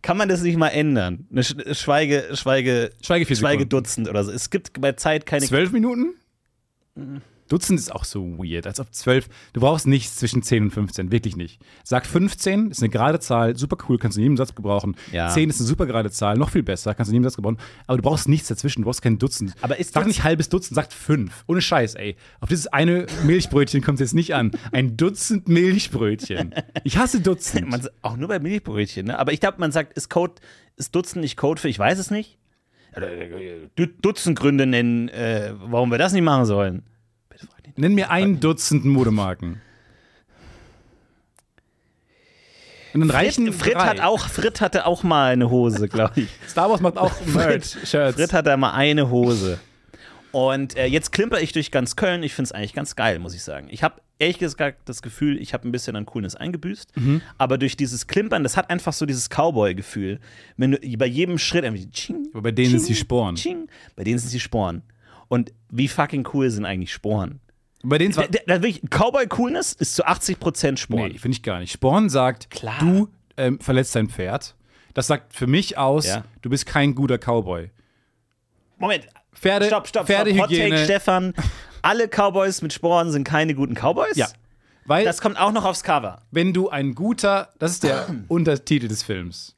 Speaker 3: Kann man das nicht mal ändern? Eine Sch Schweige, Schweige,
Speaker 2: Schweige vier Sekunden.
Speaker 3: Schweigedutzend oder so. Es gibt bei Zeit keine.
Speaker 2: Zwölf Minuten?
Speaker 3: Mhm.
Speaker 2: Dutzend ist auch so weird, als ob zwölf. Du brauchst nichts zwischen 10 und 15, wirklich nicht. Sag 15 ist eine gerade Zahl, super cool, kannst du in jedem Satz gebrauchen.
Speaker 3: Ja.
Speaker 2: 10 ist eine super gerade Zahl, noch viel besser, kannst du in jedem Satz gebrauchen. Aber du brauchst nichts dazwischen, du brauchst kein Dutzend.
Speaker 3: Aber ist
Speaker 2: sag
Speaker 3: Dutz-
Speaker 2: nicht halbes Dutzend, sag fünf. Ohne Scheiß, ey. Auf dieses eine Milchbrötchen kommt es jetzt nicht an. Ein Dutzend Milchbrötchen. Ich hasse Dutzend.
Speaker 3: Man, auch nur bei Milchbrötchen, ne? Aber ich glaube, man sagt, ist Code, ist Dutzend nicht Code für, ich weiß es nicht. Du- Dutzend Gründe nennen, äh, warum wir das nicht machen sollen. Bitte frag nicht.
Speaker 2: Nenn mir ein Dutzend Modemarken. Und dann reichen
Speaker 3: Frit, Frit,
Speaker 2: drei.
Speaker 3: hat auch, Frit hatte auch mal eine Hose, glaube ich.
Speaker 2: Star Wars macht [LAUGHS] auch Merch-Shirts.
Speaker 3: Frit hatte mal eine Hose. Und äh, jetzt klimper ich durch ganz Köln. Ich finde es eigentlich ganz geil, muss ich sagen. Ich habe ehrlich gesagt das Gefühl, ich habe ein bisschen an Coolness eingebüßt.
Speaker 2: Mhm.
Speaker 3: Aber durch dieses Klimpern, das hat einfach so dieses Cowboy-Gefühl. Wenn du bei jedem Schritt irgendwie tsching,
Speaker 2: Aber bei denen
Speaker 3: tsching,
Speaker 2: sind die Sporen.
Speaker 3: Tsching, bei denen sind die Sporen. Und wie fucking cool sind eigentlich Sporen?
Speaker 2: Bei denen zwar,
Speaker 3: Da- da- da will ich- Cowboy-Coolness ist zu 80% Sporen.
Speaker 2: Nee, finde ich gar nicht. Sporn sagt,
Speaker 3: Klar.
Speaker 2: du ähm, verletzt dein Pferd. Das sagt für mich aus,
Speaker 3: Ja.
Speaker 2: du bist kein guter Cowboy.
Speaker 3: Moment,
Speaker 2: Pferde,
Speaker 3: stopp, stopp, stopp. Hot
Speaker 2: Pferdehygiene.
Speaker 3: Take, Stefan. Alle Cowboys mit Sporen sind keine guten Cowboys.
Speaker 2: ja. Weil
Speaker 3: Das kommt auch noch aufs Cover.
Speaker 2: wenn du ein guter, das ist
Speaker 3: [CLEARS THROAT]
Speaker 2: der Untertitel des Films.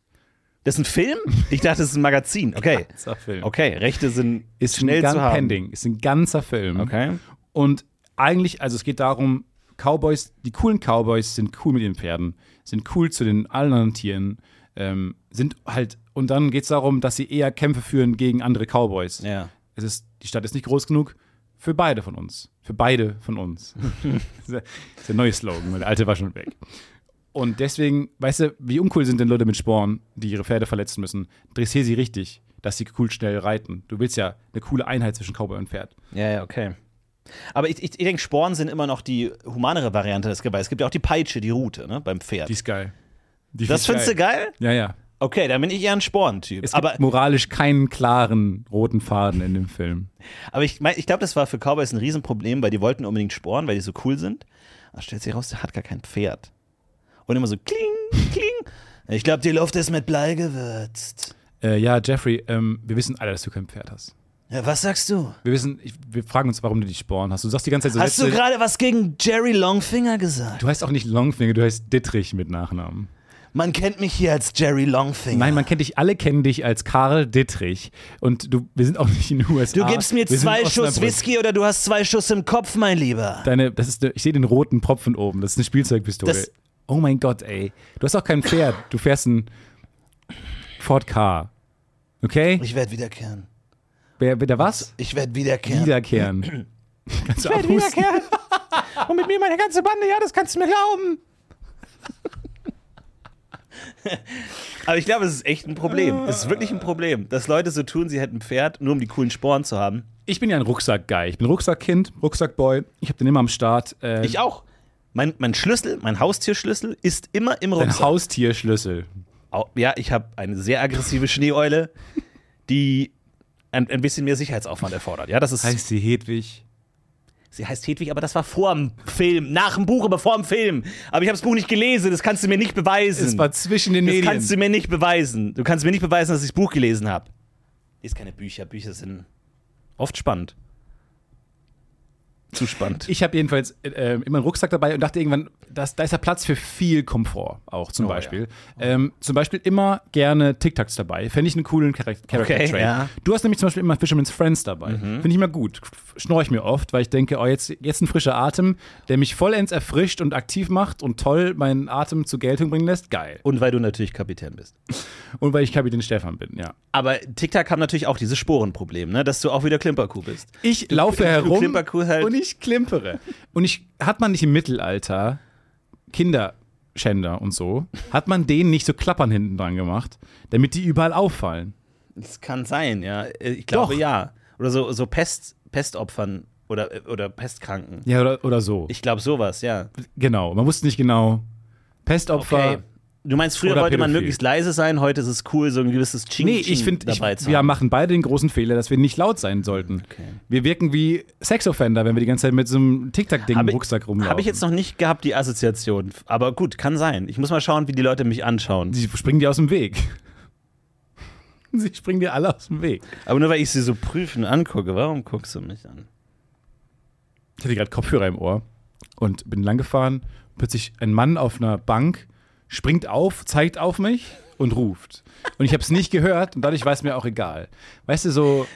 Speaker 3: Das ist ein Film? Ich dachte, das ist ein Magazin.
Speaker 2: [LAUGHS]
Speaker 3: Okay.
Speaker 2: Das ist ein Film.
Speaker 3: Okay, Rechte sind
Speaker 2: Ist
Speaker 3: schnell
Speaker 2: ein ganz
Speaker 3: zu haben.
Speaker 2: pending, ist ein ganzer Film.
Speaker 3: Okay.
Speaker 2: Und eigentlich, also es geht darum, Cowboys, die coolen Cowboys sind cool mit ihren Pferden, sind cool zu den anderen Tieren, ähm, sind halt, und dann geht es darum, dass sie eher Kämpfe führen gegen andere Cowboys.
Speaker 3: Ja.
Speaker 2: Es ist, die Stadt ist nicht groß genug für beide von uns. Für beide von uns. das ist der- das ist der neue Slogan, weil der alte war schon weg. Und deswegen, weißt du, wie uncool sind denn Leute mit Sporen, die ihre Pferde verletzen müssen? Dressier sie richtig, dass sie cool schnell reiten. Du willst ja eine coole Einheit zwischen Cowboy und Pferd.
Speaker 3: Ja, ja, okay. Aber ich, ich, ich denke, Sporen sind immer noch die humanere Variante des Gewalts. Es gibt ja auch die Peitsche, die Rute, ne, beim Pferd.
Speaker 2: Die ist geil. Die
Speaker 3: das findest du geil?
Speaker 2: Ja, ja.
Speaker 3: Okay, dann bin ich eher ein Sporentyp.
Speaker 2: Es gibt
Speaker 3: Aber,
Speaker 2: aber moralisch keinen klaren roten Faden in dem Film.
Speaker 3: aber ich, mein, ich glaube, das war für Cowboys ein Riesenproblem, weil die wollten unbedingt Sporen, weil die so cool sind. Aber stellt sich raus, der hat gar kein Pferd. Und immer so kling, kling. Ich glaube, die Luft ist mit Blei gewürzt.
Speaker 2: Äh, ja, Jeffrey, ähm, wir wissen alle, dass du kein Pferd hast.
Speaker 3: Ja, was sagst du?
Speaker 2: Wir wissen, ich, wir fragen uns, warum du die Sporen hast. Du sagst die ganze Zeit so
Speaker 3: Hast du
Speaker 2: Sätze-
Speaker 3: gerade was gegen Jerry Longfinger gesagt?
Speaker 2: Du heißt auch nicht Longfinger, du heißt Dittrich mit Nachnamen.
Speaker 3: Man kennt mich hier als Jerry Longfinger.
Speaker 2: Nein, man kennt dich, alle kennen dich als Karl Dittrich. Und du, wir sind auch nicht in den USA.
Speaker 3: Du gibst mir
Speaker 2: Ah, wir sind
Speaker 3: zwei
Speaker 2: in
Speaker 3: Schuss
Speaker 2: Osnabrück.
Speaker 3: Whisky oder du hast zwei Schuss im Kopf, mein Lieber.
Speaker 2: Deine, das ist eine, ich sehe den roten Propfen oben, das ist eine Spielzeugpistole.
Speaker 3: Das-
Speaker 2: oh mein Gott, ey. Du hast auch kein Pferd, du fährst ein Ford Car. Okay?
Speaker 3: Ich werde wiederkehren.
Speaker 2: Wer, wer, der was?
Speaker 3: Ich werde wiederkehren. [CLEARS THROAT]
Speaker 2: Wiederkehren. Kannst du
Speaker 3: Ich werd
Speaker 2: abhusten?
Speaker 3: wiederkehren. Und mit mir meine ganze Bande, ja, das kannst du mir glauben. Aber ich glaube, es ist echt ein Problem. Es ist wirklich ein Problem, dass Leute so tun, sie hätten ein Pferd, nur um die coolen Sporen zu haben.
Speaker 2: Ich bin ja ein Rucksack-Guy. Ich bin Rucksackkind, Rucksackboy. Ich habe den immer am Start. Äh,
Speaker 3: Ich auch. Mein, mein Schlüssel, mein Haustierschlüssel ist immer im
Speaker 2: Ein
Speaker 3: Rucksack.
Speaker 2: Haustierschlüssel.
Speaker 3: Au- Ja, ich habe eine sehr aggressive Schneeeule, die ein, ein bisschen mehr Sicherheitsaufwand erfordert. Ja, das ist.
Speaker 2: Heißt sie Hedwig?
Speaker 3: sie heißt Hedwig, aber das war vor dem Film, nach dem Buch, aber vor dem Film. Aber ich habe das Buch nicht gelesen, das kannst du mir nicht beweisen.
Speaker 2: Es war zwischen den
Speaker 3: das
Speaker 2: Medien.
Speaker 3: kannst du mir nicht beweisen. Du kannst mir nicht beweisen, dass ich das Buch gelesen habe. Lies keine Bücher, Bücher sind oft spannend. Zu spannend.
Speaker 2: Ich habe jedenfalls äh, äh, immer einen Rucksack dabei und dachte irgendwann, das, da ist ja Platz für viel Komfort auch zum
Speaker 3: Oh,
Speaker 2: Beispiel. Ähm, zum Beispiel immer gerne Tic Tacs dabei. Fände ich einen coolen Charakter.
Speaker 3: Okay,
Speaker 2: Character Trait.
Speaker 3: ja. Mhm.
Speaker 2: Du hast nämlich zum Beispiel immer Fisherman's Friends dabei. Finde ich immer gut. Schnorch ich mir oft, weil ich denke, oh, jetzt, jetzt ein frischer Atem, der mich vollends erfrischt und aktiv macht und toll meinen Atem zur Geltung bringen lässt. Geil.
Speaker 3: Und weil du natürlich Kapitän bist.
Speaker 2: Und weil ich Kapitän Stefan bin, ja.
Speaker 3: Aber TikTok haben natürlich auch dieses Sporenproblem, ne? dass du auch wieder Klimperkuh bist.
Speaker 2: Ich laufe herum
Speaker 3: Klimperkuh halt.
Speaker 2: und ich klimpere. Und ich hat man nicht im Mittelalter Kinderschänder und so, hat man denen nicht so klappern hinten dran gemacht, damit die überall auffallen.
Speaker 3: Das kann sein, ja. Ich glaube
Speaker 2: Doch.
Speaker 3: ja. Oder so, so Pest, Pestopfern oder, oder Pestkranken.
Speaker 2: Ja, oder, oder so.
Speaker 3: Ich glaube sowas, ja.
Speaker 2: genau. Man wusste nicht genau. Pestopfer.
Speaker 3: Okay. Du meinst, früher
Speaker 2: Oder
Speaker 3: wollte man
Speaker 2: pädophil.
Speaker 3: möglichst leise sein, heute ist es cool, so ein gewisses Ching
Speaker 2: Nee, ich finde,
Speaker 3: dabei zu
Speaker 2: wir
Speaker 3: haben.
Speaker 2: machen beide den großen Fehler, dass wir nicht laut sein sollten. Wir wirken wie Sexoffender, wenn wir die ganze Zeit mit so einem Tic-Tac-Ding im
Speaker 3: Hab ich-
Speaker 2: Rucksack rumlaufen.
Speaker 3: Habe ich jetzt noch nicht gehabt, die Assoziation. Aber gut, kann sein. Ich muss mal schauen, wie die Leute mich anschauen.
Speaker 2: Sie springen dir aus dem Weg. [LAUGHS] Sie springen dir alle aus dem Weg.
Speaker 3: Aber nur weil ich sie so prüfend angucke, warum guckst du mich an?
Speaker 2: ich hatte gerade Kopfhörer im Ohr und bin lang gefahren. Plötzlich ein Mann auf einer Bank springt auf, zeigt auf mich und ruft. Und ich habe es nicht gehört und dadurch war es mir auch egal. Weißt du, so,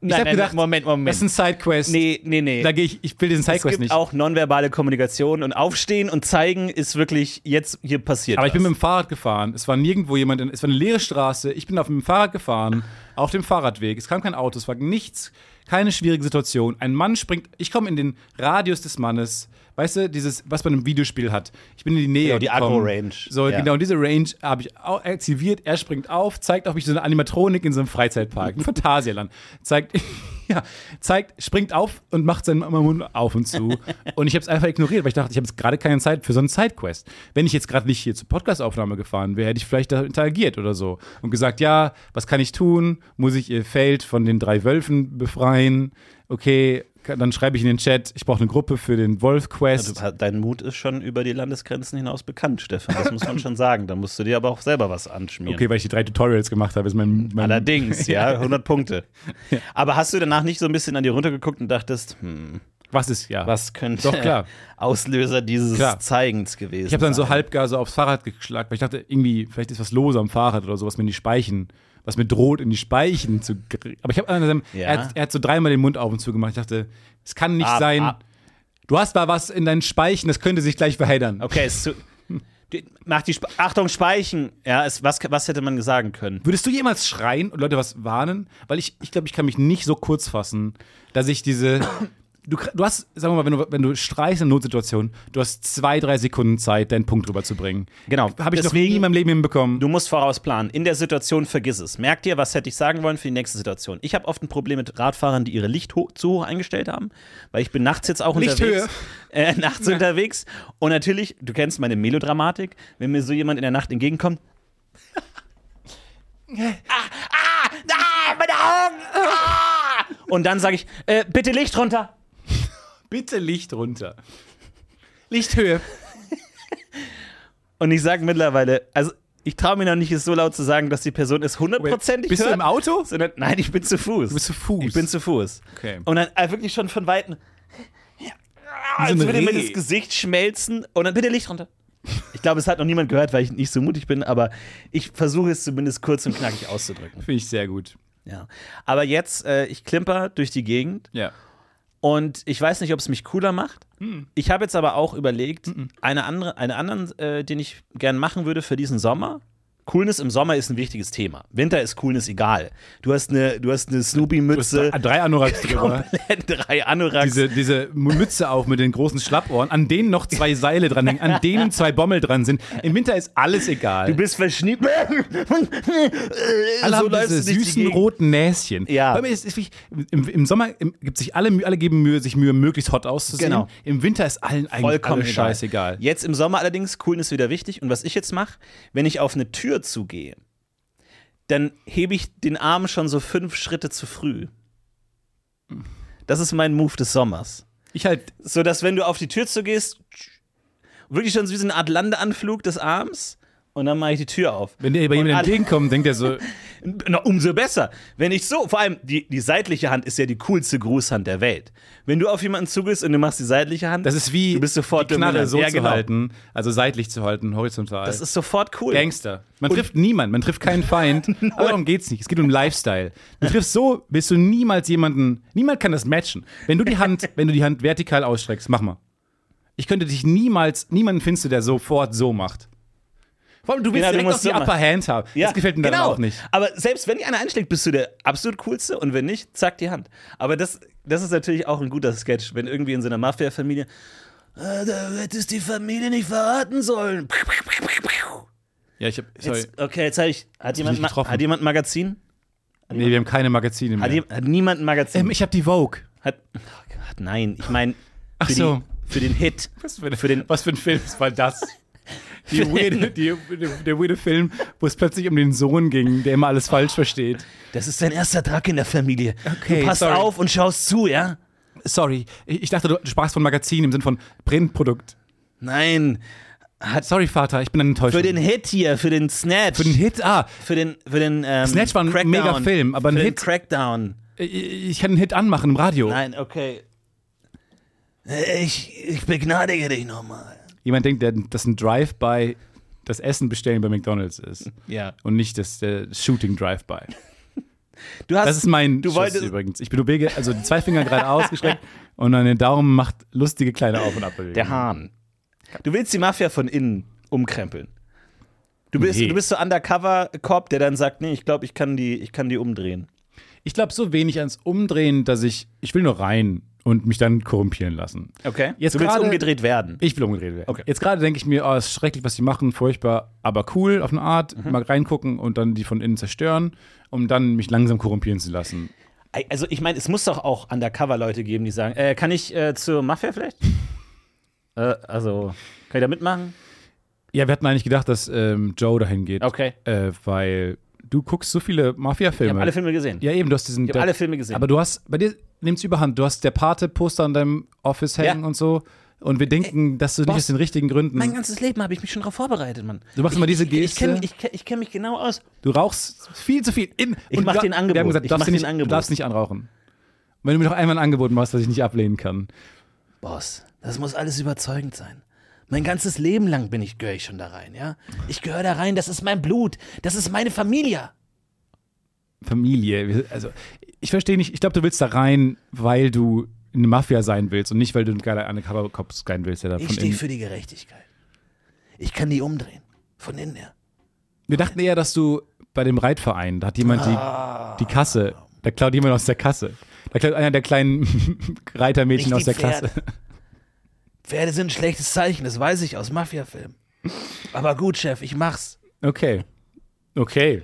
Speaker 3: Nein,
Speaker 2: hab
Speaker 3: nein,
Speaker 2: gedacht,
Speaker 3: Moment,
Speaker 2: es ist ein
Speaker 3: Moment.
Speaker 2: Sidequest.
Speaker 3: Nee, nee, nee.
Speaker 2: Da gehe ich, ich will diesen
Speaker 3: es gibt
Speaker 2: Sidequest nicht.
Speaker 3: auch nonverbale Kommunikation und Aufstehen und Zeigen ist wirklich jetzt hier passiert.
Speaker 2: Aber ich bin
Speaker 3: was.
Speaker 2: mit dem Fahrrad gefahren. Es war nirgendwo jemand, in, es war eine leere Straße. Ich bin auf dem Fahrrad gefahren, auf dem Fahrradweg. Es kam kein Auto, es war nichts, keine schwierige Situation. Ein Mann springt, ich komme in den Radius des Mannes, weißt du, dieses, was man im Videospiel hat. Ich bin in die Nähe.
Speaker 3: Genau, die
Speaker 2: gekommen.
Speaker 3: Aggro-Range.
Speaker 2: So,
Speaker 3: Ja.
Speaker 2: genau, diese Range habe ich au- aktiviert. Er springt auf, zeigt auf mich so eine Animatronik in so einem Freizeitpark, im Phantasialand. Zeigt, [LAUGHS] ja, zeigt, springt auf und macht seinen Mund auf und zu. und ich habe es einfach ignoriert, weil ich dachte, ich habe jetzt gerade keine Zeit für so einen Sidequest. Wenn ich jetzt gerade nicht hier zur Podcastaufnahme gefahren wäre, hätte ich vielleicht da interagiert oder so und gesagt, ja, was kann ich tun? Muss ich ihr Feld von den drei Wölfen befreien? Okay. Dann schreibe ich in den Chat, ich brauche eine Gruppe für den Wolf-Quest.
Speaker 3: Also, dein Mut ist schon über die Landesgrenzen hinaus bekannt, Stefan. Das muss man schon sagen. Da musst du dir aber auch selber was anschmieren.
Speaker 2: Okay, weil ich die drei Tutorials gemacht habe, ist mein, mein
Speaker 3: Allerdings,
Speaker 2: [LAUGHS]
Speaker 3: ja, 100 Punkte. Aber hast du danach nicht so ein bisschen an dir runtergeguckt und dachtest, hm,
Speaker 2: Was ist ja?
Speaker 3: was könnte
Speaker 2: Doch, klar.
Speaker 3: Auslöser dieses
Speaker 2: Klar.
Speaker 3: Zeigens gewesen
Speaker 2: Ich habe dann so
Speaker 3: sein?
Speaker 2: halbgar so aufs Fahrrad geschlagen, weil ich dachte, irgendwie, vielleicht ist was los am Fahrrad oder so, was mir in die Speichen, was mir droht, in die Speichen zu. gr- Aber ich habe an
Speaker 3: Ja.
Speaker 2: er, hat- er hat so dreimal den Mund auf und zu gemacht. Ich dachte, es kann nicht
Speaker 3: Ah,
Speaker 2: sein.
Speaker 3: ah.
Speaker 2: Du hast da was in deinen Speichen, das könnte sich gleich verheddern.
Speaker 3: Okay, es zu,
Speaker 2: [LAUGHS]
Speaker 3: die, mach die Sp Achtung, Speichen. Ja, es, was, was hätte man sagen können?
Speaker 2: Würdest du jemals schreien und Leute was warnen? Weil ich, ich glaube, ich kann mich nicht so kurz fassen, dass ich diese. Du, kr- du hast, sagen wir mal, wenn du, wenn du streichst in Notsituationen, du hast zwei, drei Sekunden Zeit, deinen Punkt rüberzubringen.
Speaker 3: Genau.
Speaker 2: Habe ich noch
Speaker 3: Deswegen-
Speaker 2: nie in meinem Leben hinbekommen.
Speaker 3: Du musst vorausplanen. In der Situation vergiss es. Merk dir, was hätte ich sagen wollen für die nächste Situation. Ich habe oft ein Problem mit Radfahrern, die ihre Licht ho zu hoch eingestellt haben, weil ich bin nachts jetzt auch
Speaker 2: Lichthöhe.
Speaker 3: unterwegs.
Speaker 2: [LAUGHS]
Speaker 3: Äh, nachts unterwegs. Und natürlich, du kennst meine Melodramatik, wenn mir so jemand in der
Speaker 2: [LAUGHS]
Speaker 3: Nacht entgegenkommt. ah, ah, ah, meine Augen! Ah! Und dann sage ich, äh, bitte Licht runter.
Speaker 2: Bitte Licht runter. Lichthöhe.
Speaker 3: Und ich sage mittlerweile, also ich traue mir noch nicht, es so laut zu sagen, dass die Person es hundertprozentig
Speaker 2: Bist du
Speaker 3: hört.
Speaker 2: im
Speaker 3: [LAUGHS]
Speaker 2: Auto?
Speaker 3: sondern nein, ich bin zu Fuß. Du
Speaker 2: bist zu Fuß.
Speaker 3: Ich bin zu Fuß.
Speaker 2: Okay.
Speaker 3: Und dann äh, wirklich schon von Weitem.
Speaker 2: Wie so ein
Speaker 3: Als würde mir
Speaker 2: Reh.
Speaker 3: das Gesicht schmelzen und dann bitte Licht runter. Ich glaube, es hat noch niemand gehört, weil ich nicht so mutig bin, aber ich versuche es zumindest kurz und knackig auszudrücken.
Speaker 2: Finde ich sehr gut.
Speaker 3: Ja. Aber jetzt, äh, ich klimper durch die Gegend
Speaker 2: Ja.
Speaker 3: und ich weiß nicht, ob es mich cooler macht.
Speaker 2: Hm.
Speaker 3: Ich habe jetzt aber auch überlegt, eine andere, einen anderen, äh, den ich gern machen würde für diesen Sommer. Coolness im Sommer ist ein wichtiges Thema. Winter ist Coolness egal. Du hast eine, du hast eine Snoopy-Mütze,
Speaker 2: Drei Anoraks drüber.
Speaker 3: komplett [LAUGHS] drei Anoraks.
Speaker 2: Diese, diese Mütze auf mit den großen Schlappohren, an denen noch zwei Seile dran hängen, an
Speaker 3: [LAUGHS]
Speaker 2: denen zwei Bommel dran sind. Im Winter ist alles egal.
Speaker 3: du bist verschnitt.
Speaker 2: alle haben
Speaker 3: so
Speaker 2: diese
Speaker 3: läufst du durch die
Speaker 2: süßen
Speaker 3: Gegend.
Speaker 2: roten Näschen.
Speaker 3: Ja.
Speaker 2: Bei mir ist, ist wirklich, im, im Sommer im, gibt sich alle, Mü- alle geben Mühe, sich Mühe, möglichst hot auszusehen.
Speaker 3: Genau.
Speaker 2: Im Winter ist allen eigentlich
Speaker 3: Vollkommen
Speaker 2: alles scheißegal.
Speaker 3: Jetzt im Sommer allerdings, Coolness wieder wichtig. Und was ich jetzt mache, wenn ich auf eine Tür zugehe, dann hebe ich den Arm schon so fünf Schritte zu früh. Das ist mein Move des Sommers.
Speaker 2: Ich halt,
Speaker 3: So dass, wenn du auf die Tür zugehst, wirklich schon so wie so eine Art Landeanflug des Arms und dann mache ich die Tür auf.
Speaker 2: wenn dir bei
Speaker 3: Und
Speaker 2: jemandem
Speaker 3: alle-
Speaker 2: entgegenkommt, denkt er
Speaker 3: [LAUGHS]
Speaker 2: so,
Speaker 3: Na, umso besser. Wenn ich so, vor allem die, die seitliche Hand ist ja die coolste Grußhand der Welt. Wenn du auf jemanden zugehst und du machst die seitliche Hand,
Speaker 2: das ist wie
Speaker 3: du bist sofort
Speaker 2: die Knarre
Speaker 3: dominant.
Speaker 2: so
Speaker 3: ja,
Speaker 2: zu
Speaker 3: genau.
Speaker 2: halten, also seitlich zu halten, horizontal.
Speaker 3: Das ist sofort cool.
Speaker 2: Gangster. Man trifft niemanden, man trifft keinen [LAUGHS] Feind. Aber darum geht's nicht. Es geht um Lifestyle. Du triffst so, wirst du niemals jemanden, niemand kann das matchen. Wenn du die [LAUGHS] Hand, wenn du die Hand vertikal ausstreckst, mach mal. Ich könnte dich niemals, niemanden findest du, der sofort so macht. Vor allem, du willst
Speaker 3: Genau, du
Speaker 2: direkt
Speaker 3: musst
Speaker 2: noch die
Speaker 3: so machen.
Speaker 2: Upper Hand haben. Das gefällt mir dann
Speaker 3: genau.
Speaker 2: auch nicht.
Speaker 3: Aber selbst wenn dir einer einschlägt, bist du der absolut coolste und wenn nicht, zack die Hand. Aber das, das ist natürlich auch ein guter Sketch, wenn irgendwie in so einer Mafia-Familie, äh, da hättest die Familie nicht verraten sollen.
Speaker 2: Ja, ich hab, sorry.
Speaker 3: Jetzt, okay, jetzt habe ich. Hat jemand,
Speaker 2: nicht
Speaker 3: Ma-
Speaker 2: getroffen.
Speaker 3: hat jemand ein Magazin?
Speaker 2: nee, wir haben keine Magazine
Speaker 3: Hat,
Speaker 2: mehr.
Speaker 3: jem- hat niemand ein Magazin?
Speaker 2: Ähm, ich habe die Vogue.
Speaker 3: Hat, oh Gott, nein, ich meine,
Speaker 2: Ach
Speaker 3: für,
Speaker 2: so.
Speaker 3: die- für den Hit.
Speaker 2: Was für,
Speaker 3: Für den-
Speaker 2: was für ein Film war das? Die weirde, die, der weirde Film, wo es plötzlich um den Sohn ging, der immer alles falsch versteht.
Speaker 3: Das ist dein erster Tag in der Familie.
Speaker 2: Okay,
Speaker 3: du passt
Speaker 2: sorry.
Speaker 3: auf und schaust zu, ja?
Speaker 2: Sorry, ich ich dachte, du sprachst von Magazin im Sinne von Printprodukt.
Speaker 3: Nein,
Speaker 2: Sorry, Vater, ich bin dann enttäuscht.
Speaker 3: für den Hit hier, für den Snatch.
Speaker 2: Für den Hit, ah,
Speaker 3: Für den, für den ähm,
Speaker 2: Snatch war ein
Speaker 3: Crackdown.
Speaker 2: mega Film, aber ein
Speaker 3: für
Speaker 2: Hit-
Speaker 3: Den Crackdown.
Speaker 2: ich- ich kann einen Hit anmachen im Radio.
Speaker 3: Nein, okay. Ich, ich begnadige dich nochmal.
Speaker 2: Jemand denkt, der- dass ein Drive-By das Essen bestellen bei McDonalds ist
Speaker 3: Ja.
Speaker 2: und nicht das äh, Shooting Drive-By.
Speaker 3: Du hast,
Speaker 2: Das ist mein
Speaker 3: du
Speaker 2: Schuss
Speaker 3: wolltest,
Speaker 2: übrigens. Ich bewege also die zwei Finger gerade
Speaker 3: [LAUGHS]
Speaker 2: ausgestreckt und dann den Daumen macht lustige kleine Auf- und Abbewegungen.
Speaker 3: Der Hahn. Du willst die Mafia von innen umkrempeln. Du bist,
Speaker 2: Nee.
Speaker 3: du bist so Undercover-Cop, der dann sagt, nee, ich glaube, ich kann die, ich kann die umdrehen.
Speaker 2: Ich glaube so wenig ans Umdrehen, dass ich ich will nur rein und mich dann korrumpieren lassen.
Speaker 3: Okay.
Speaker 2: Jetzt
Speaker 3: du willst
Speaker 2: gerade-
Speaker 3: umgedreht werden.
Speaker 2: Ich will umgedreht werden.
Speaker 3: Okay.
Speaker 2: Jetzt gerade denke ich mir, oh, ist schrecklich, was die machen, furchtbar, aber cool auf eine Art,
Speaker 3: Mhm.
Speaker 2: mal reingucken und dann die von innen zerstören, um dann mich langsam korrumpieren zu lassen.
Speaker 3: Also ich meine, es muss doch auch Undercover-Leute geben, die sagen, äh, kann ich äh, zur Mafia vielleicht? äh, also, kann ich da mitmachen?
Speaker 2: Ja, wir hatten eigentlich gedacht, dass ähm, Joe dahin geht,
Speaker 3: Okay.
Speaker 2: äh, weil du guckst so viele
Speaker 3: Ich habe alle
Speaker 2: Mafia-Filme.
Speaker 3: Filme gesehen.
Speaker 2: Ja, eben, du hast diesen.
Speaker 3: Ich
Speaker 2: der-
Speaker 3: habe alle Filme gesehen.
Speaker 2: aber du hast, bei dir nimmt's überhand. Du hast der Pate-Poster an deinem Office hängen und so. Und wir denken, dass du nicht
Speaker 3: Boss,
Speaker 2: aus den richtigen Gründen.
Speaker 3: mein ganzes Leben habe ich mich schon darauf vorbereitet, Mann.
Speaker 2: Hm. Du machst immer diese
Speaker 3: Ich- Ich, ich kenne
Speaker 2: Geste.
Speaker 3: ich, kenn- ich kenn mich genau aus.
Speaker 2: Du rauchst viel zu viel. In,
Speaker 3: Ich
Speaker 2: und
Speaker 3: mach
Speaker 2: wir-
Speaker 3: den Angebot.
Speaker 2: Wir haben gesagt, du
Speaker 3: Ich mach
Speaker 2: darfst, dir
Speaker 3: den
Speaker 2: nicht,
Speaker 3: Angebot.
Speaker 2: Du darfst nicht anrauchen. Wenn du mir noch einmal ein Angebot machst, das ich nicht ablehnen kann.
Speaker 3: Boss, das muss alles überzeugend sein. Mein ganzes Leben lang bin ich, gehöre ich schon da rein, ja? Ich gehöre da rein, das ist mein Blut, das ist meine Familie.
Speaker 2: Familie. wir- Also, ich verstehe nicht. Ich glaube, du willst da rein, weil du eine Mafia sein willst und nicht, weil du ein geiler Undercover-Cop sein willst, der da
Speaker 3: Ich
Speaker 2: von
Speaker 3: stehe
Speaker 2: innen.
Speaker 3: für die Gerechtigkeit. Ich kann die umdrehen. Von innen her.
Speaker 2: Wir dachten eher, dass du bei dem Reitverein, da hat jemand die,
Speaker 3: Ah.
Speaker 2: die Kasse, da klaut jemand aus der Kasse. Da klaut einer der kleinen [LAUGHS] Reitermädchen aus
Speaker 3: Nicht die
Speaker 2: der
Speaker 3: Pferde.
Speaker 2: Kasse.
Speaker 3: Pferde sind ein schlechtes Zeichen, das weiß ich aus Mafia-Filmen. Aber gut, Chef, ich mach's.
Speaker 2: Okay. Okay.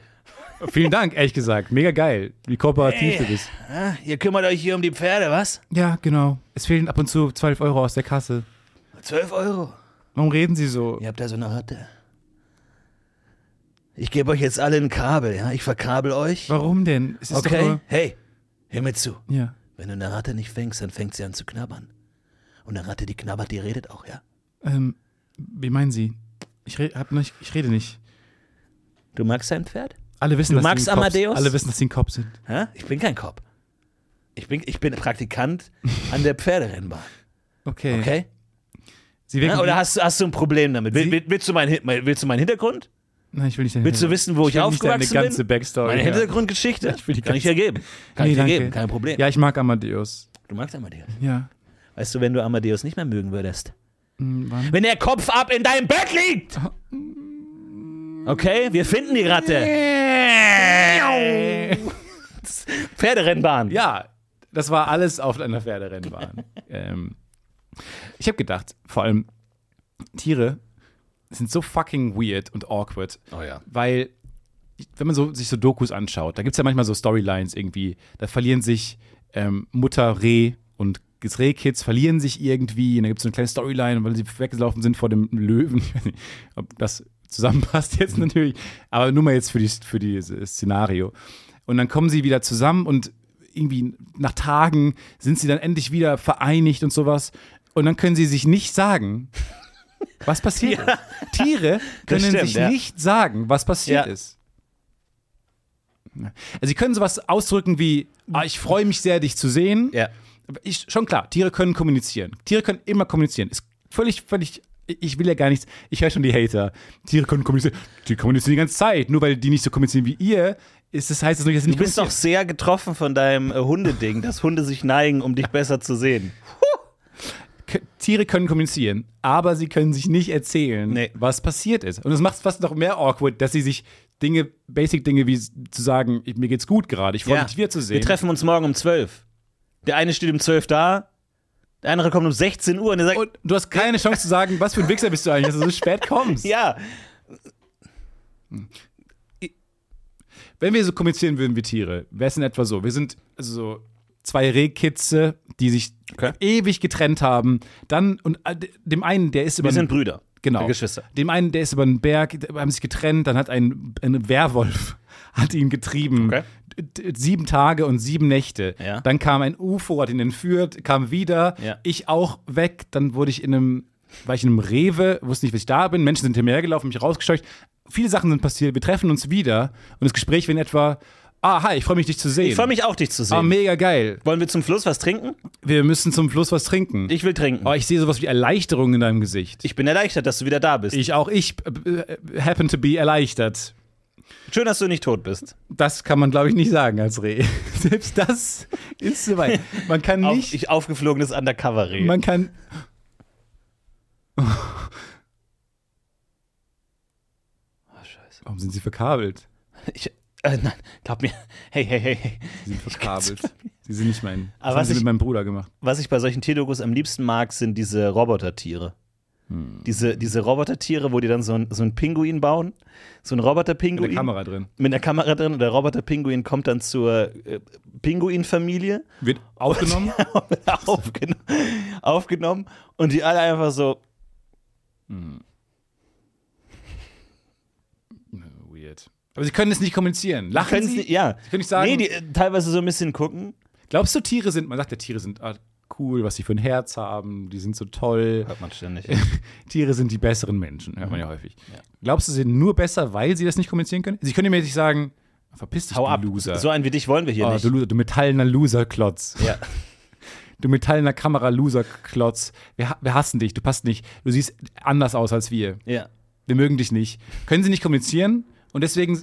Speaker 2: Vielen Dank, ehrlich gesagt. Mega geil, wie kooperativ
Speaker 3: Ey.
Speaker 2: du bist.
Speaker 3: Ja, ihr kümmert euch hier um die Pferde, was?
Speaker 2: Ja, genau. Es fehlen ab und zu 12 Euro aus der Kasse.
Speaker 3: 12 Euro.
Speaker 2: Warum reden Sie so?
Speaker 3: Ihr habt da so eine Ratte. Ich gebe euch jetzt alle ein Kabel, ja? Ich verkabel euch.
Speaker 2: Warum denn? Es ist doch
Speaker 3: Okay?
Speaker 2: nur,
Speaker 3: Hey, hör mir zu.
Speaker 2: ja.
Speaker 3: Wenn du eine Ratte nicht fängst, dann fängt sie an zu knabbern. Und eine Ratte, die knabbert, die redet auch, ja?
Speaker 2: Ähm, wie meinen Sie? Ich, re hab nicht, ich rede nicht.
Speaker 3: Du magst dein Pferd?
Speaker 2: Alle wissen, dass
Speaker 3: magst
Speaker 2: sie ein Cop-
Speaker 3: Amadeus?
Speaker 2: Alle wissen, dass sie ein Cop sind.
Speaker 3: Hä? Ich bin kein Cop. Ich bin, ich bin Praktikant an der Pferderennbahn,
Speaker 2: Okay.
Speaker 3: okay?
Speaker 2: Sie
Speaker 3: Ja,
Speaker 2: wirken
Speaker 3: oder hast, du- hast du ein Problem damit? Will,
Speaker 2: Sie-
Speaker 3: will- willst, du meinen, Hin- mein- willst du meinen Hintergrund?
Speaker 2: Nein, ich will nicht
Speaker 3: Willst du wissen, wo ich,
Speaker 2: Ich
Speaker 3: aufgewachsen
Speaker 2: will nicht deine ganze
Speaker 3: bin?
Speaker 2: Backstory.
Speaker 3: Meine
Speaker 2: ja.
Speaker 3: Hintergrundgeschichte?
Speaker 2: Ich will die
Speaker 3: Kann ich
Speaker 2: ganze-
Speaker 3: dir geben. Kann ich dir
Speaker 2: danke.
Speaker 3: geben, kein Problem.
Speaker 2: Ja, ich mag Amadeus.
Speaker 3: Du magst Amadeus.
Speaker 2: Ja.
Speaker 3: Weißt du, wenn du Amadeus nicht mehr mögen würdest?
Speaker 2: Hm, wann? Oh,
Speaker 3: Wenn der Kopf ab in deinem Bett liegt!
Speaker 2: hm.
Speaker 3: Okay, wir finden die Ratte.
Speaker 2: Äh.
Speaker 3: Pferderennbahn.
Speaker 2: Ja, das war alles auf einer
Speaker 3: [LAUGHS]
Speaker 2: Pferderennbahn. ähm, ich habe gedacht, vor allem Tiere sind so fucking weird und awkward.
Speaker 3: Oh ja.
Speaker 2: Weil, wenn man so, sich so Dokus anschaut, da gibt es ja manchmal so Storylines irgendwie, da verlieren sich ähm, Mutter Reh und das Rehkids verlieren sich irgendwie und da gibt es so eine kleine Storyline, und weil sie weggelaufen sind vor dem Löwen. [LAUGHS] Ich weiß nicht, ob das zusammenpasst jetzt natürlich, aber nur mal jetzt für, die, für dieses Szenario. Und dann kommen sie wieder zusammen und irgendwie nach Tagen sind sie dann endlich wieder vereinigt und sowas. Und dann können sie sich nicht sagen, was passiert ist. Tiere können
Speaker 3: stimmt,
Speaker 2: sich
Speaker 3: ja.
Speaker 2: nicht sagen, was passiert
Speaker 3: Ja.
Speaker 2: ist. Also sie können sowas ausdrücken wie, ah, ich freue mich sehr, dich zu sehen.
Speaker 3: Ja.
Speaker 2: Ich, schon klar, Tiere können kommunizieren. Tiere können immer kommunizieren. Ist völlig, völlig, ich will ja gar nichts, ich höre schon die Hater. Tiere können kommunizieren. Die kommunizieren die ganze Zeit. Nur weil die nicht so kommunizieren wie ihr, ist das heißt das nicht, dass sie
Speaker 3: Du
Speaker 2: nicht
Speaker 3: bist doch
Speaker 2: kommunizieren.
Speaker 3: sehr getroffen von deinem äh, Hundeding, dass Hunde sich neigen, um dich besser zu sehen.
Speaker 2: K Tiere können kommunizieren, aber sie können sich nicht erzählen,
Speaker 3: Nee.
Speaker 2: was passiert ist. Und das macht es fast noch mehr awkward, dass sie sich Dinge, Basic-Dinge wie zu sagen, ich- mir geht's gut gerade, ich freue mich, dich
Speaker 3: Wir
Speaker 2: wiederzusehen.
Speaker 3: treffen uns morgen um 12. Der eine steht um 12 da, der andere kommt um 16 Uhr und der sagt,
Speaker 2: Und du hast keine Chance zu sagen, was für ein Wichser bist du eigentlich, dass du so spät kommst.
Speaker 3: [LAUGHS]
Speaker 2: Hm.
Speaker 3: ja,
Speaker 2: Wenn wir so kommunizieren würden wie Tiere, wäre es in etwa so. Wir sind also so zwei Rehkitze, die sich
Speaker 3: Okay.
Speaker 2: ewig getrennt haben. Dann, und äh, dem einen, der ist über
Speaker 3: wir
Speaker 2: einen-
Speaker 3: sind Brüder.
Speaker 2: Genau.
Speaker 3: Geschwister.
Speaker 2: Dem einen, der ist über einen Berg, die haben sich getrennt, dann hat ein, ein Werwolf [LAUGHS] hat ihn getrieben.
Speaker 3: Okay.
Speaker 2: D- d- Sieben Tage und sieben Nächte.
Speaker 3: Ja.
Speaker 2: Dann kam ein UFO, hat ihn entführt, kam wieder.
Speaker 3: Ja.
Speaker 2: Ich auch weg. Dann wurde ich in einem, war ich in einem Rewe, wusste nicht, was ich da bin. Menschen sind hinterhergelaufen, mich rausgescheucht. Viele Sachen sind passiert. Wir treffen uns wieder und das Gespräch wird in etwa, ah, hi, ich freue mich, dich zu sehen.
Speaker 3: Ich freue mich auch, dich zu sehen.
Speaker 2: Ah, mega geil.
Speaker 3: Wollen wir zum Fluss was trinken?
Speaker 2: Wir müssen zum Fluss was trinken.
Speaker 3: Ich will trinken.
Speaker 2: oh, ich sehe sowas wie Erleichterung in deinem Gesicht.
Speaker 3: Ich bin erleichtert, dass du wieder da bist.
Speaker 2: Ich auch, ich äh, happen to be erleichtert.
Speaker 3: Schön, dass du nicht tot bist.
Speaker 2: Das kann man, glaube ich, nicht sagen als Reh. [LAUGHS] Selbst das ist zu weit. Man kann
Speaker 3: Auf,
Speaker 2: nicht,
Speaker 3: ich aufgeflogenes Undercover-Reh.
Speaker 2: man kann.
Speaker 3: Oh, scheiße.
Speaker 2: Warum sind sie verkabelt?
Speaker 3: Ich, Äh, nein, glaub mir. [LAUGHS] Hey, hey, hey, hey.
Speaker 2: Die sind
Speaker 3: [LAUGHS]
Speaker 2: verkabelt. Die sind nicht mein. das
Speaker 3: Aber
Speaker 2: haben
Speaker 3: was
Speaker 2: sie
Speaker 3: ich-
Speaker 2: mit meinem Bruder gemacht.
Speaker 3: Was ich bei solchen Tierdokus am liebsten mag, sind diese Robotertiere.
Speaker 2: Hm.
Speaker 3: Diese, diese Robotertiere, wo die dann so ein, so ein Pinguin bauen, so ein
Speaker 2: Mit der
Speaker 3: Roboterpinguin
Speaker 2: Kamera drin.
Speaker 3: mit einer Kamera drin und der Roboterpinguin kommt dann zur äh,
Speaker 2: [LAUGHS]
Speaker 3: Pinguinfamilie [LAUGHS]
Speaker 2: Wird aufgenommen.
Speaker 3: aufgen aufgenommen und die alle einfach so,
Speaker 2: Weird. Aber sie können es nicht kommunizieren. Lachen
Speaker 3: können
Speaker 2: sie?
Speaker 3: sie, ja.
Speaker 2: Können nicht sagen.
Speaker 3: Nee, die äh, teilweise so ein bisschen gucken.
Speaker 2: Glaubst du, Tiere sind, man sagt ja, Tiere sind ah, cool, was sie für ein Herz haben, die sind so toll.
Speaker 3: Hört man ständig.
Speaker 2: Tiere sind die besseren Menschen, hört man
Speaker 3: Mhm.
Speaker 2: ja häufig. Glaubst du, sie sind nur besser, weil sie das nicht kommunizieren können? Sie können mir nicht sagen, verpiss dich,
Speaker 3: [LAUGHS] Hau
Speaker 2: du
Speaker 3: ab.
Speaker 2: Loser.
Speaker 3: So einen wie dich wollen wir hier
Speaker 2: Ah,
Speaker 3: nicht.
Speaker 2: du, Loser, du metallener Loserklotz.
Speaker 3: Ja.
Speaker 2: [LAUGHS] Du metallener Kamera-Loserklotz. Wir, ha- wir hassen dich, du passt nicht. Du siehst anders aus als wir.
Speaker 3: ja.
Speaker 2: Wir mögen dich nicht. Können sie nicht kommunizieren und deswegen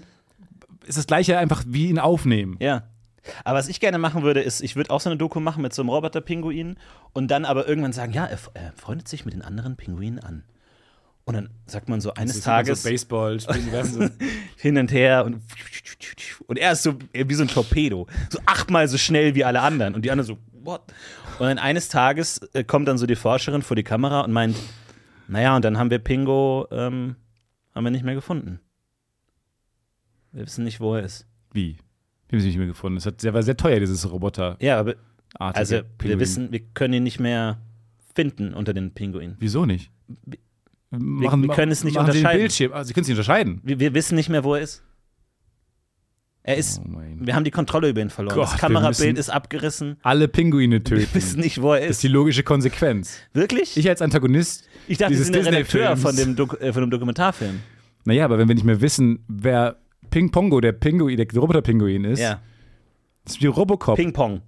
Speaker 2: ist das Gleiche einfach wie ihn aufnehmen.
Speaker 3: Ja. Aber was ich gerne machen würde, ist, ich würde auch so eine Doku machen mit so einem Roboter-Pinguin und dann aber irgendwann sagen, ja, er, f- er freundet sich mit den anderen Pinguinen an. Und dann sagt man so eines
Speaker 2: Das ist immer
Speaker 3: Tages
Speaker 2: So Baseball, spielen, die werfen so
Speaker 3: [LAUGHS] hin und her und, und er ist so wie so ein Torpedo. So achtmal so schnell wie alle anderen. Und die anderen so, what? Und dann eines Tages äh, kommt dann so die Forscherin vor die Kamera und meint, naja, und dann haben wir Pingo, ähm, haben wir nicht mehr gefunden. Wir wissen nicht, wo er ist.
Speaker 2: Wie? Wir haben sie nicht mehr gefunden. Es hat- der war sehr teuer, dieses roboter
Speaker 3: Ja, aber
Speaker 2: -artige
Speaker 3: Also wir wissen, wir können ihn nicht mehr finden unter den Pinguinen.
Speaker 2: Wieso nicht?
Speaker 3: wir können es nicht
Speaker 2: machen Sie
Speaker 3: unterscheiden.
Speaker 2: Den Bildschirm. Ah, sie können es nicht unterscheiden.
Speaker 3: Wir, wir wissen nicht mehr, wo er ist. Er ist.
Speaker 2: Oh mein
Speaker 3: Wir haben die Kontrolle über ihn verloren.
Speaker 2: Gott,
Speaker 3: das
Speaker 2: wir
Speaker 3: Kamerabild
Speaker 2: müssen-
Speaker 3: ist abgerissen.
Speaker 2: Alle Pinguine
Speaker 3: Wir
Speaker 2: töten. Das
Speaker 3: wissen nicht, wo er
Speaker 2: ist
Speaker 3: ist.
Speaker 2: die logische Konsequenz.
Speaker 3: Wirklich?
Speaker 2: Ich als Antagonist
Speaker 3: Ich dachte, Sie
Speaker 2: dieses
Speaker 3: sind der Redakteur
Speaker 2: Disney-Films.
Speaker 3: von dem, Doku, äh, von dem Dokumentarfilm.
Speaker 2: Naja, aber wenn wir nicht mehr wissen, wer Ping Pongo, der Pinguin, der Roboter-Pinguin ist,
Speaker 3: Ja.
Speaker 2: das ist wie Robocop.
Speaker 3: Ping Pong.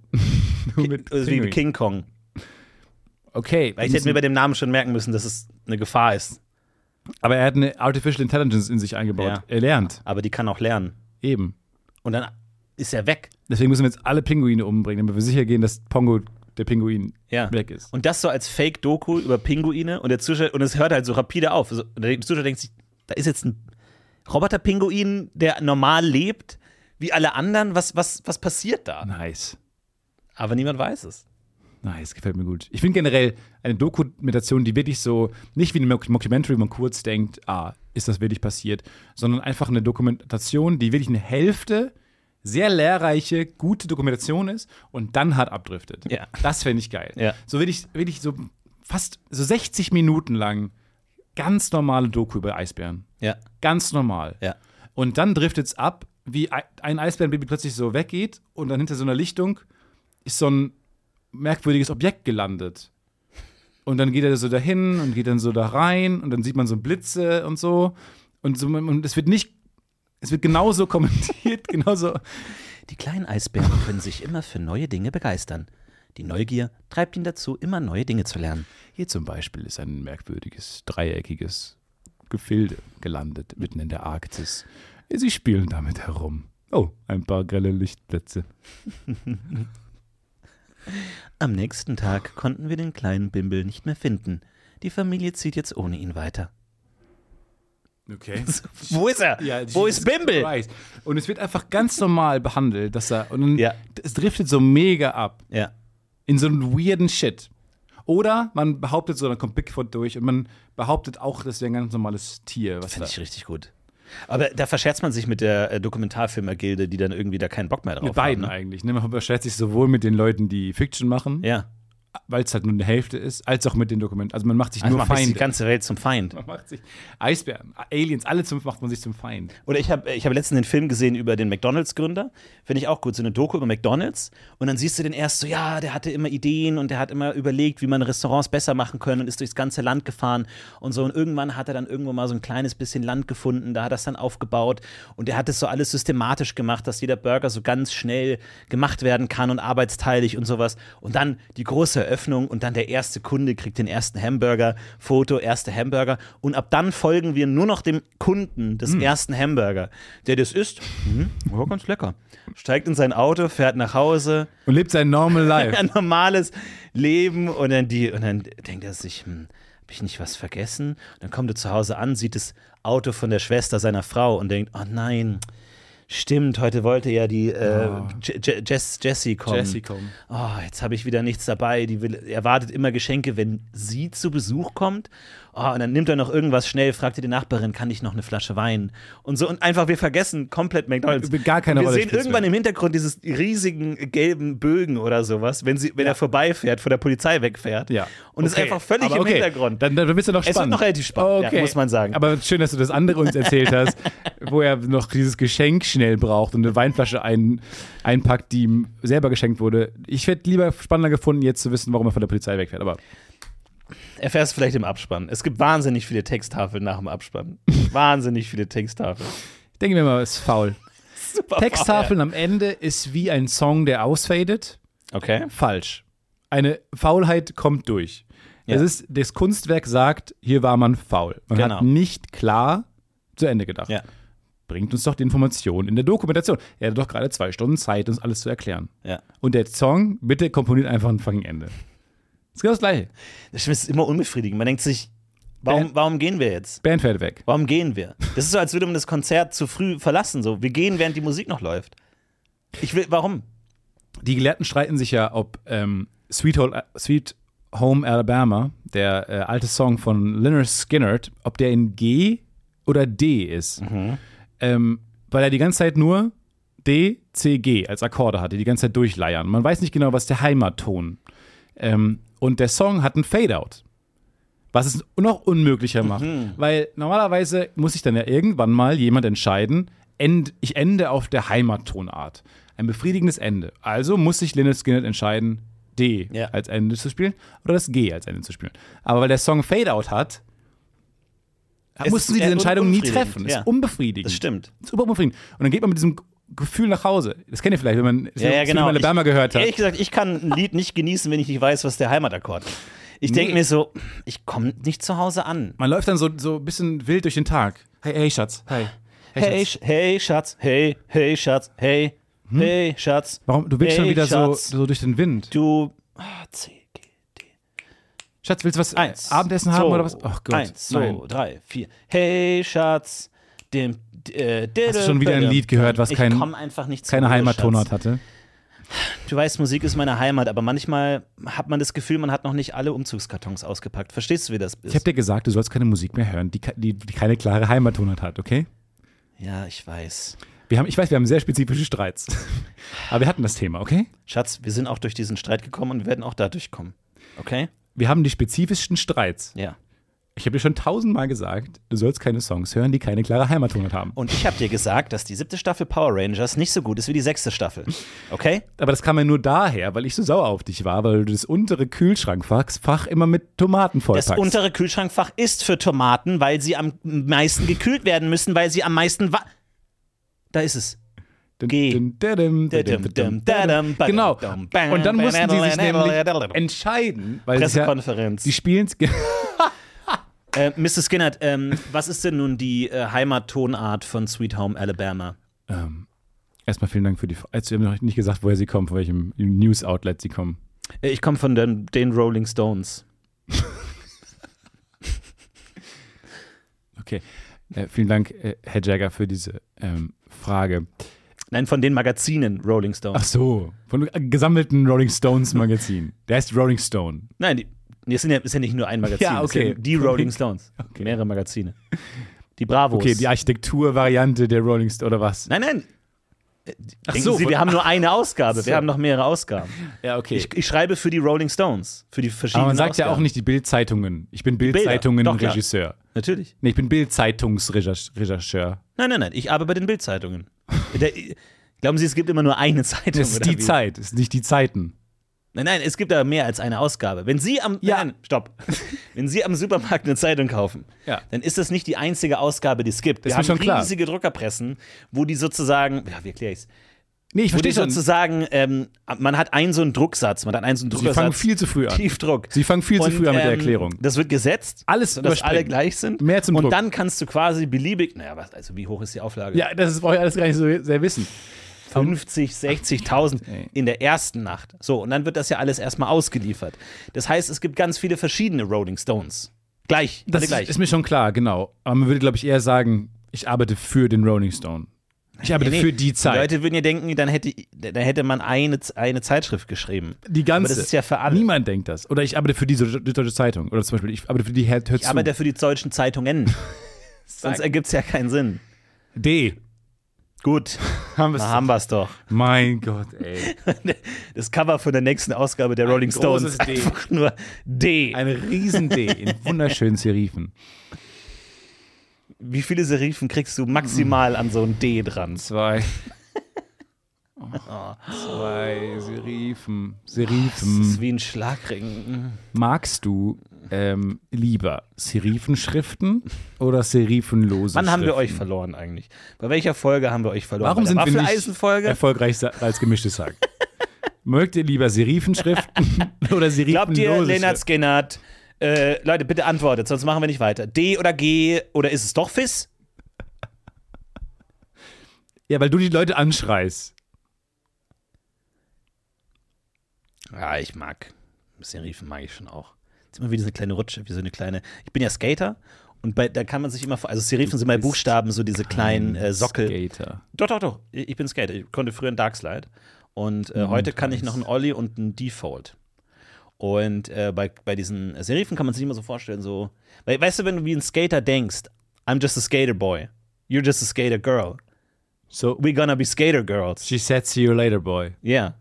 Speaker 2: nur mit
Speaker 3: Also wie
Speaker 2: Pinguin.
Speaker 3: King Kong.
Speaker 2: Okay,
Speaker 3: Weil ich hätte mir bei dem Namen schon merken müssen, dass es eine Gefahr ist.
Speaker 2: aber er hat eine Artificial Intelligence in sich eingebaut.
Speaker 3: Ja.
Speaker 2: Er lernt,
Speaker 3: Aber die kann auch lernen.
Speaker 2: eben.
Speaker 3: Und dann ist er weg.
Speaker 2: Deswegen müssen wir jetzt alle Pinguine umbringen, damit wir sicher gehen, dass Pongo, der Pinguin,
Speaker 3: Ja.
Speaker 2: weg ist.
Speaker 3: Und das so als Fake-Doku über Pinguine und der Zuschauer, und es hört halt so rapide auf. Also, der Zuschauer denkt sich, da ist jetzt ein Roboter-Pinguin, der normal lebt, wie alle anderen. Was, was, was passiert da?
Speaker 2: Nice.
Speaker 3: Aber niemand weiß es.
Speaker 2: Nice, gefällt mir gut. Ich finde generell eine Dokumentation, die wirklich so, nicht wie eine Mock- Mockumentary, wo man kurz denkt, ah, ist das wirklich passiert, sondern einfach eine Dokumentation, die wirklich eine Hälfte sehr lehrreiche, gute Dokumentation ist und dann hart abdriftet.
Speaker 3: Ja.
Speaker 2: Das fände ich geil.
Speaker 3: Ja.
Speaker 2: So wirklich, wirklich so fast so 60 Minuten lang ganz normale Doku über Eisbären.
Speaker 3: Ja,
Speaker 2: Ganz normal.
Speaker 3: ja.
Speaker 2: Und dann driftet es ab, wie ei- ein Eisbärenbaby plötzlich so weggeht und dann hinter so einer Lichtung ist so ein merkwürdiges Objekt gelandet. Und dann geht er so dahin und geht dann so da rein und dann sieht man so Blitze und so. Und, so, und es wird nicht, es wird genauso [LAUGHS] kommentiert, genauso.
Speaker 3: Die kleinen Eisbären können sich immer für neue Dinge begeistern. Die Neugier treibt ihn dazu, immer neue Dinge zu lernen.
Speaker 2: Hier zum Beispiel ist ein merkwürdiges, dreieckiges Gefilde gelandet, mitten in der Arktis. Sie spielen damit herum. Oh, ein paar grelle Lichtplätze.
Speaker 3: Am nächsten Tag konnten wir den kleinen Bimbel nicht mehr finden. Die Familie zieht jetzt ohne ihn weiter.
Speaker 2: [LAUGHS] Okay.
Speaker 3: Wo ist er?
Speaker 2: Ja,
Speaker 3: Wo
Speaker 2: Jesus
Speaker 3: ist Bimbel?
Speaker 2: Christ. Und es wird einfach ganz normal behandelt, dass er. Und dann,
Speaker 3: Ja.
Speaker 2: es driftet so mega ab.
Speaker 3: Ja.
Speaker 2: In so einen weirden Shit. Oder man behauptet so, dann kommt Bigfoot durch und man behauptet auch, das wäre ein ganz normales Tier. Was da,
Speaker 3: Finde ich richtig gut. Aber da verscherzt man sich mit der äh, Dokumentarfilmergilde, die dann irgendwie da keinen Bock mehr drauf
Speaker 2: mit beiden
Speaker 3: haben.
Speaker 2: eigentlich. Ne? Man beschäftigt sich sowohl mit den Leuten, die Fiction machen,
Speaker 3: Ne? Ja.
Speaker 2: weil es halt nur eine Hälfte ist, als auch mit den Dokumenten. Also man macht sich
Speaker 3: Also
Speaker 2: nur
Speaker 3: macht sich die
Speaker 2: Feinde.
Speaker 3: ganze Welt zum Feind.
Speaker 2: Man macht sich Eisbären, Aliens, alle zum, macht man sich zum Feind.
Speaker 3: Oder ich habe ich hab letztens den Film gesehen über den McDonalds-Gründer. Finde ich auch gut. So eine Doku über McDonalds. Und dann siehst du den erst so, ja, der hatte immer Ideen und der hat immer überlegt, wie man Restaurants besser machen können und ist durchs ganze Land gefahren und so. Und irgendwann hat er dann irgendwo mal so ein kleines bisschen Land gefunden. Da hat er es dann aufgebaut. Und er hat es so alles systematisch gemacht, dass jeder Burger so ganz schnell gemacht werden kann und arbeitsteilig und sowas. Und dann die große Eröffnung und dann der erste Kunde kriegt den ersten Hamburger. Foto, erste Hamburger. Und ab dann folgen wir nur noch dem Kunden des ersten Hamburger, der das isst. Mhm. Hm. Ja, ganz lecker. Steigt in sein Auto, fährt nach Hause,
Speaker 2: Und lebt sein normal Life.
Speaker 3: [LAUGHS] ein normales Leben und dann die und dann denkt er sich, hm, habe ich nicht was vergessen? Und dann kommt er zu Hause an, sieht das Auto von der Schwester seiner Frau und denkt, oh nein, Stimmt, heute wollte ja die äh, Je- Je- Jess, Jessie kommen.
Speaker 2: Oh. Jessie kommen.
Speaker 3: Oh, jetzt habe ich wieder nichts dabei. Die will, erwartet immer Geschenke, wenn sie zu Besuch kommt. Oh, und dann nimmt er noch irgendwas schnell, fragt die Nachbarin, kann ich noch eine Flasche Wein? Und so und einfach, wir vergessen komplett McDonalds.
Speaker 2: Gar keine
Speaker 3: wir
Speaker 2: Rolle
Speaker 3: sehen
Speaker 2: spielt's
Speaker 3: irgendwann
Speaker 2: mehr.
Speaker 3: im Hintergrund dieses riesigen gelben Bögen oder sowas, wenn, sie, wenn er vorbeifährt, vor der Polizei wegfährt.
Speaker 2: Ja.
Speaker 3: Und es ist
Speaker 2: Okay,
Speaker 3: einfach völlig
Speaker 2: aber
Speaker 3: im
Speaker 2: okay.
Speaker 3: Hintergrund.
Speaker 2: Dann, dann wird es ja noch
Speaker 3: wird
Speaker 2: spannend.
Speaker 3: noch relativ spannend, ja, muss man sagen.
Speaker 2: Aber schön, dass du das andere uns erzählt hast, wo er noch dieses Geschenk schnell braucht und eine Weinflasche ein, einpackt, die ihm selber geschenkt wurde. Ich hätte lieber spannender gefunden, jetzt zu wissen, warum er von der Polizei wegfährt. Aber
Speaker 3: Erfährst vielleicht im Abspann. Es gibt wahnsinnig viele Texttafeln nach
Speaker 2: [LAUGHS]
Speaker 3: dem Abspann. wahnsinnig viele Texttafeln.
Speaker 2: denken wir mal, es ist faul.
Speaker 3: [LAUGHS] Super
Speaker 2: Texttafeln am Ende ist wie ein Song, der ausfadet.
Speaker 3: Okay.
Speaker 2: Falsch. Eine Faulheit kommt durch. Es ist, das Kunstwerk sagt, hier war man faul. Man
Speaker 3: Genau.
Speaker 2: hat nicht klar zu Ende gedacht.
Speaker 3: Ja.
Speaker 2: Bringt uns doch die Information in der Dokumentation. Er hatte doch gerade zwei Stunden Zeit, uns alles zu erklären.
Speaker 3: Ja.
Speaker 2: Und der Song, bitte komponiert einfach Anfang und Ende. Das ist genau das Gleiche.
Speaker 3: Das ist immer unbefriedigend. Man denkt sich, warum,
Speaker 2: Band-
Speaker 3: warum gehen wir jetzt?
Speaker 2: Band fährt weg.
Speaker 3: Warum gehen wir? Das ist so, als würde man das Konzert zu früh verlassen. So, wir gehen, während die Musik noch läuft. Ich will, warum?
Speaker 2: Die Gelehrten streiten sich ja, ob ähm, Sweet, Hol Sweet Home Alabama, der äh, alte Song von Leonard Skinnert, ob der in G oder D ist. Ähm, weil er die ganze Zeit nur D, C, G als Akkorde hatte, die ganze Zeit durchleiern. Man weiß nicht genau, was der Heimatton. Ähm, und der Song hat einen Fade-Out. Was es noch
Speaker 3: Mhm.
Speaker 2: unmöglicher macht. Weil normalerweise muss sich dann ja irgendwann mal jemand entscheiden, end, ich ende auf der Heimattonart. Ein befriedigendes Ende. Also muss sich Leonard Skinner entscheiden, D
Speaker 3: Ja.
Speaker 2: als Ende zu spielen oder das G als Ende zu spielen. Aber weil der Song Fade-Out hat,
Speaker 3: Es
Speaker 2: mussten
Speaker 3: ist
Speaker 2: sie diese
Speaker 3: un-
Speaker 2: Entscheidung nie
Speaker 3: unbefriedigend,
Speaker 2: treffen.
Speaker 3: ja.
Speaker 2: Ist um- unbefriedigend.
Speaker 3: Das stimmt.
Speaker 2: Ist unbefriedigend. Und dann geht man mit diesem Gefühl nach Hause. Das kennt ihr vielleicht, wenn man
Speaker 3: Ja, ja, genau.
Speaker 2: Alabama
Speaker 3: ich,
Speaker 2: gehört hat.
Speaker 3: Ehrlich gesagt, ich kann ein Lied nicht genießen, wenn ich nicht weiß, was der Heimatakkord ist. Ich denke
Speaker 2: Nee.
Speaker 3: mir so, ich komme nicht zu Hause an.
Speaker 2: Man läuft dann so, so ein bisschen wild durch den Tag. Hey, hey, Schatz. Hey.
Speaker 3: Hey,
Speaker 2: Schatz.
Speaker 3: Sch- hey, Schatz, hey, hey, Schatz, hey, hey, Schatz.
Speaker 2: Hm? Warum, du willst
Speaker 3: hey,
Speaker 2: schon wieder so,
Speaker 3: Schatz,
Speaker 2: so durch den Wind.
Speaker 3: Du. Ah, C, G, D.
Speaker 2: Schatz, willst du was
Speaker 3: Eins.
Speaker 2: äh, Abendessen haben
Speaker 3: zwei,
Speaker 2: oder was? Ach Gott.
Speaker 3: Eins, zwei,
Speaker 2: nein.
Speaker 3: drei, vier. Hey, Schatz. Dem, äh,
Speaker 2: Hast du schon wieder ein Lied gehört, was kein-
Speaker 3: Ich komm einfach nicht zur
Speaker 2: Keine
Speaker 3: Ruhe,
Speaker 2: Heimattonart
Speaker 3: Schatz.
Speaker 2: hatte.
Speaker 3: Du weißt, Musik ist meine Heimat, aber manchmal hat man das Gefühl, man hat noch nicht alle Umzugskartons ausgepackt. Verstehst du, wie das
Speaker 2: Ich habe
Speaker 3: ist?
Speaker 2: dir gesagt, du sollst keine Musik mehr hören, die, ke- die, die keine klare Heimattonart hat, okay?
Speaker 3: ja, ich weiß.
Speaker 2: Wir haben, ich weiß, wir haben sehr spezifische Streits. [LAUGHS] Aber wir hatten das Thema, okay?
Speaker 3: Schatz, wir sind auch durch diesen Streit gekommen und wir werden auch dadurch kommen. Okay?
Speaker 2: Wir haben die spezifischsten Streits.
Speaker 3: Ja.
Speaker 2: Ich habe dir schon tausendmal gesagt, du sollst keine Songs hören, die keine klare Heimattonart haben.
Speaker 3: Und ich habe dir gesagt, dass die siebte Staffel Power Rangers nicht so gut ist wie die sechste Staffel. Okay?
Speaker 2: Aber das kam ja nur daher, weil ich so sauer auf dich war, weil du das untere Kühlschrankfach Fach immer mit Tomaten
Speaker 3: Das
Speaker 2: vollpackst.
Speaker 3: untere Kühlschrankfach ist für Tomaten, weil sie am meisten gekühlt werden müssen, weil sie am meisten. Wa da ist es.
Speaker 2: Dun,
Speaker 3: G.
Speaker 2: dun, dadum,
Speaker 3: Dadum,
Speaker 2: dadum,
Speaker 3: dadum,
Speaker 2: dadum.
Speaker 3: dadum,
Speaker 2: Genau.
Speaker 3: dadum,
Speaker 2: Und dann mussten sie sich
Speaker 3: dadum, dadum.
Speaker 2: nämlich entscheiden, weil sie ja,
Speaker 3: Pressekonferenz.
Speaker 2: die spielen
Speaker 3: äh, Mr. Skinnert, ähm, was ist denn nun die äh, Heimattonart von Sweet Home Alabama?
Speaker 2: [LAUGHS] Erstmal vielen Dank für die Frage. Wir haben noch nicht gesagt, woher sie kommen, von welchem News-Outlet sie kommen.
Speaker 3: Äh, ich komme von den, den Rolling Stones.
Speaker 2: Okay. Äh, vielen Dank, äh, Herr Jagger, für diese ähm, Frage.
Speaker 3: Nein, von den Magazinen Rolling
Speaker 2: Ach
Speaker 3: Stones.
Speaker 2: so, von äh, gesammelten Rolling Stones Magazin. [LAUGHS] Der heißt Rolling Stone.
Speaker 3: Nein, die, nee, es sind ja, es ist ja nicht nur ein Magazin.
Speaker 2: Ja,
Speaker 3: es sind
Speaker 2: okay.
Speaker 3: die
Speaker 2: [LAUGHS]
Speaker 3: Rolling Stones. Mehrere Magazine. Die Bravos.
Speaker 2: Okay, die Architekturvariante der Rolling Stone oder was?
Speaker 3: nein, nein. Äh, Denken
Speaker 2: so,
Speaker 3: Sie, wir
Speaker 2: von-
Speaker 3: haben
Speaker 2: [LAUGHS]
Speaker 3: nur eine Ausgabe.
Speaker 2: so.
Speaker 3: Wir haben noch mehrere Ausgaben.
Speaker 2: Ja, okay.
Speaker 3: Ich, ich schreibe für die Rolling Stones, für die verschiedenen
Speaker 2: Aber man sagt ja auch
Speaker 3: Ausgaben.
Speaker 2: nicht die Bild-Zeitungen. Ich bin
Speaker 3: Bilder. Doch, klar.
Speaker 2: Bild-Zeitungen-Regisseur.
Speaker 3: Natürlich.
Speaker 2: Nee, ich bin Bild-Zeitungsregisseur.
Speaker 3: Nein, nein, nein. Ich arbeite bei den Bildzeitungen.
Speaker 2: [LAUGHS]
Speaker 3: Der- Glauben Sie, es gibt immer nur eine Zeitung?
Speaker 2: Das ist
Speaker 3: oder
Speaker 2: die
Speaker 3: wie?
Speaker 2: Zeit, es ist nicht die Zeiten.
Speaker 3: Nein, nein, es gibt da mehr als eine Ausgabe. Wenn Sie am
Speaker 2: Ja.
Speaker 3: nein,
Speaker 2: [LAUGHS]
Speaker 3: stopp. Wenn Sie am Supermarkt eine Zeitung kaufen,
Speaker 2: Ja.
Speaker 3: dann ist das nicht die einzige Ausgabe, die es gibt.
Speaker 2: ist
Speaker 3: Wir
Speaker 2: mir
Speaker 3: haben
Speaker 2: schon klar.
Speaker 3: riesige Druckerpressen, wo die sozusagen, ja, wie erkläre ich's?
Speaker 2: Nee, ich
Speaker 3: Wo die
Speaker 2: verstehe schon.
Speaker 3: sozusagen, ähm, man hat einen so einen Drucksatz, man hat einen so einen
Speaker 2: Sie
Speaker 3: Druckersatz.
Speaker 2: fangen viel zu früh an.
Speaker 3: Tiefdruck.
Speaker 2: Sie fangen viel zu
Speaker 3: Und,
Speaker 2: früh an mit der
Speaker 3: ähm,
Speaker 2: Erklärung.
Speaker 3: Das wird gesetzt,
Speaker 2: Alles
Speaker 3: sodass alle
Speaker 2: überspringen.
Speaker 3: gleich sind.
Speaker 2: Mehr zum
Speaker 3: Und
Speaker 2: Druck.
Speaker 3: dann kannst du quasi beliebig, naja, was, also wie hoch ist die Auflage?
Speaker 2: Ja, das ist- brauche ich alles gar nicht so sehr wissen.
Speaker 3: 50, 60.000
Speaker 2: Ey.
Speaker 3: in der ersten Nacht. So, und dann wird das ja alles erstmal ausgeliefert. Das heißt, es gibt ganz viele verschiedene Rolling Stones. Gleich, alle
Speaker 2: Das
Speaker 3: gleich.
Speaker 2: ist mir schon klar, genau. Aber man würde, glaube ich, eher sagen, ich arbeite für den Rolling Stone. Ich arbeite
Speaker 3: Nee, nee.
Speaker 2: für die Zeit.
Speaker 3: Die Leute würden ja denken, dann hätte, dann hätte man eine, eine Zeitschrift geschrieben.
Speaker 2: die ganze.
Speaker 3: Aber das ist ja für alle.
Speaker 2: Niemand denkt das. Oder ich arbeite für diese Süddeutsche Zeitung. Oder zum Beispiel, ich arbeite für die Hört hört
Speaker 3: Ich
Speaker 2: zu.
Speaker 3: arbeite für die
Speaker 2: [LAUGHS]
Speaker 3: deutschen Zeitungen. Sonst ergibt es ja keinen Sinn.
Speaker 2: D.
Speaker 3: Gut,
Speaker 2: Haben
Speaker 3: da
Speaker 2: wir's.
Speaker 3: haben wir es doch.
Speaker 2: Mein Gott, ey.
Speaker 3: Das Cover von der nächsten Ausgabe der Rolling
Speaker 2: großes
Speaker 3: Stones.
Speaker 2: D.
Speaker 3: Einfach nur D.
Speaker 2: Ein riesen D
Speaker 3: [LAUGHS]
Speaker 2: in wunderschönen Serifen.
Speaker 3: Wie viele Serifen kriegst du maximal an so ein D dran?
Speaker 2: Zwei. Ah, Zwei Serifen. Serifen.
Speaker 3: Das ist wie ein Schlagring.
Speaker 2: Magst du ähm, lieber Serifenschriften oder serifenlose
Speaker 3: Wann haben wir euch
Speaker 2: Schriften?
Speaker 3: verloren eigentlich? Bei welcher Folge haben wir euch verloren?
Speaker 2: Warum
Speaker 3: Bei
Speaker 2: sind
Speaker 3: der
Speaker 2: wir nicht
Speaker 3: Waffeleisenfolge?
Speaker 2: erfolgreicher als gemischtes [LAUGHS] Hack? Mögt ihr lieber [LAUGHS] Serifenschriften oder
Speaker 3: Glaubt
Speaker 2: serifenlose
Speaker 3: ihr, Lennart
Speaker 2: Schriften?
Speaker 3: Skinnert? Äh, Leute, bitte antwortet, sonst machen wir nicht weiter. D oder G oder ist es doch Fis?
Speaker 2: Ja, weil du die Leute anschreist.
Speaker 3: Ja, ich mag. Ein bisschen Riefen mag ich schon auch. Jetzt immer wieder so eine kleine Rutsche, wie so eine kleine. Ich bin ja Skater und bei, da kann man sich immer. vor- Also Serifen sind bei
Speaker 2: bist
Speaker 3: Buchstaben so diese kleinen äh, Sockel.
Speaker 2: Skater.
Speaker 3: Doch, doch, doch. Ich ich bin Skater. Ich konnte früher einen Darkslide. Und
Speaker 2: Hm,
Speaker 3: äh, heute kann ich noch einen Ollie und einen Default. Und äh, bei, bei diesen Serifen kann man sich immer so vorstellen, so. Weil, weißt du, wenn du wie ein Skater denkst, I'm just a skater boy, you're just a skater girl,
Speaker 2: So,
Speaker 3: we're gonna be skater girls.
Speaker 2: she said see you later, boy.
Speaker 3: yeah.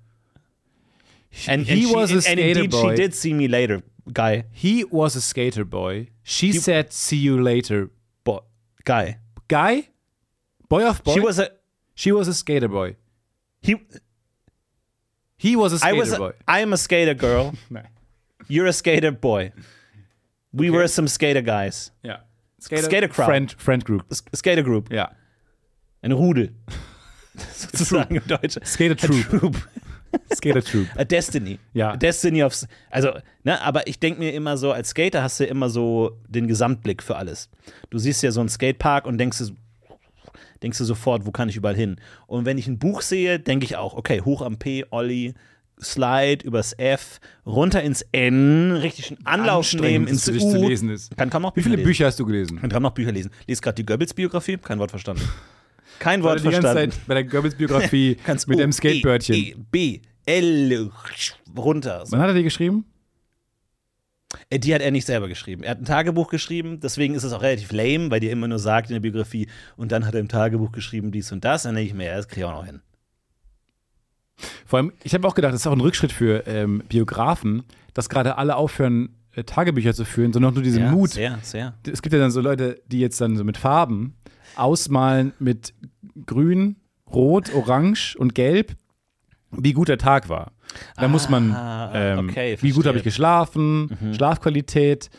Speaker 3: And,
Speaker 2: he
Speaker 3: and
Speaker 2: was
Speaker 3: she,
Speaker 2: a skater
Speaker 3: and indeed
Speaker 2: boy.
Speaker 3: she did see me later, guy.
Speaker 2: He was a skater boy. She said see you later.
Speaker 3: Boy. Guy.
Speaker 2: Guy? Boy of boy?
Speaker 3: She was a.
Speaker 2: She was a skater boy.
Speaker 3: He,
Speaker 2: He was a
Speaker 3: I
Speaker 2: skater
Speaker 3: was. A,
Speaker 2: boy.
Speaker 3: I'm a skater
Speaker 2: [LAUGHS]
Speaker 3: girl.
Speaker 2: Nein.
Speaker 3: You're a skater boy. We were some skater guys.
Speaker 2: Ja. Skater,
Speaker 3: Skater Crowd.
Speaker 2: Friend, Friend Group.
Speaker 3: S- Skater Group.
Speaker 2: Ja. [LAUGHS]
Speaker 3: Ein Rudel. Sozusagen im Deutschen.
Speaker 2: Skater Troop.
Speaker 3: A Troop.
Speaker 2: Skater Troop.
Speaker 3: A Destiny.
Speaker 2: Ja.
Speaker 3: A Destiny of. Also, ne, aber ich denke mir immer so, als Skater hast du immer so den Gesamtblick für alles. Du siehst ja so einen Skatepark und denkst, du- denkst du sofort, wo kann ich überall hin? Und wenn ich ein Buch sehe, denke ich auch, okay, hoch am P, Olli. Slide übers F, runter ins N, richtig einen [LAUGHS] Anlauf
Speaker 2: Anstrengend,
Speaker 3: nehmen,
Speaker 2: dass
Speaker 3: ins
Speaker 2: für
Speaker 3: U.
Speaker 2: dich zu lesen ist.
Speaker 3: Kann kaum noch
Speaker 2: Wie viele
Speaker 3: lesen.
Speaker 2: Bücher hast du gelesen?
Speaker 3: Kann kaum noch Bücher lesen. Lies gerade die Goebbels-Biografie, kein Wort verstanden. Kein Wort
Speaker 2: die ganze
Speaker 3: verstanden.
Speaker 2: Zeit bei der Goebbels-Biografie
Speaker 3: [LAUGHS] Kannst
Speaker 2: mit
Speaker 3: U,
Speaker 2: dem Skatebördchen.
Speaker 3: E, e, B, L, runter. So.
Speaker 2: Wann hat er die geschrieben?
Speaker 3: Äh, Die hat er nicht selber geschrieben. Er hat ein Tagebuch geschrieben, deswegen ist es auch relativ lame, weil die immer nur sagt in der Biografie, und dann hat er im Tagebuch geschrieben dies und das. Dann denke ich mir, ja, das kriege ich auch noch hin.
Speaker 2: Vor allem, ich habe auch gedacht, das ist auch ein Rückschritt für ähm, Biografen, dass gerade alle aufhören, äh, Tagebücher zu führen, sondern auch nur diesen
Speaker 3: ja,
Speaker 2: Mut.
Speaker 3: Sehr, sehr.
Speaker 2: Es gibt ja dann so Leute, die jetzt dann so mit Farben ausmalen mit grün, rot, orange und gelb, wie gut der Tag war. Da muss man,
Speaker 3: Ah,
Speaker 2: ähm,
Speaker 3: okay,
Speaker 2: wie gut
Speaker 3: verstehe. Mhm.
Speaker 2: habe ich geschlafen, Schlafqualität,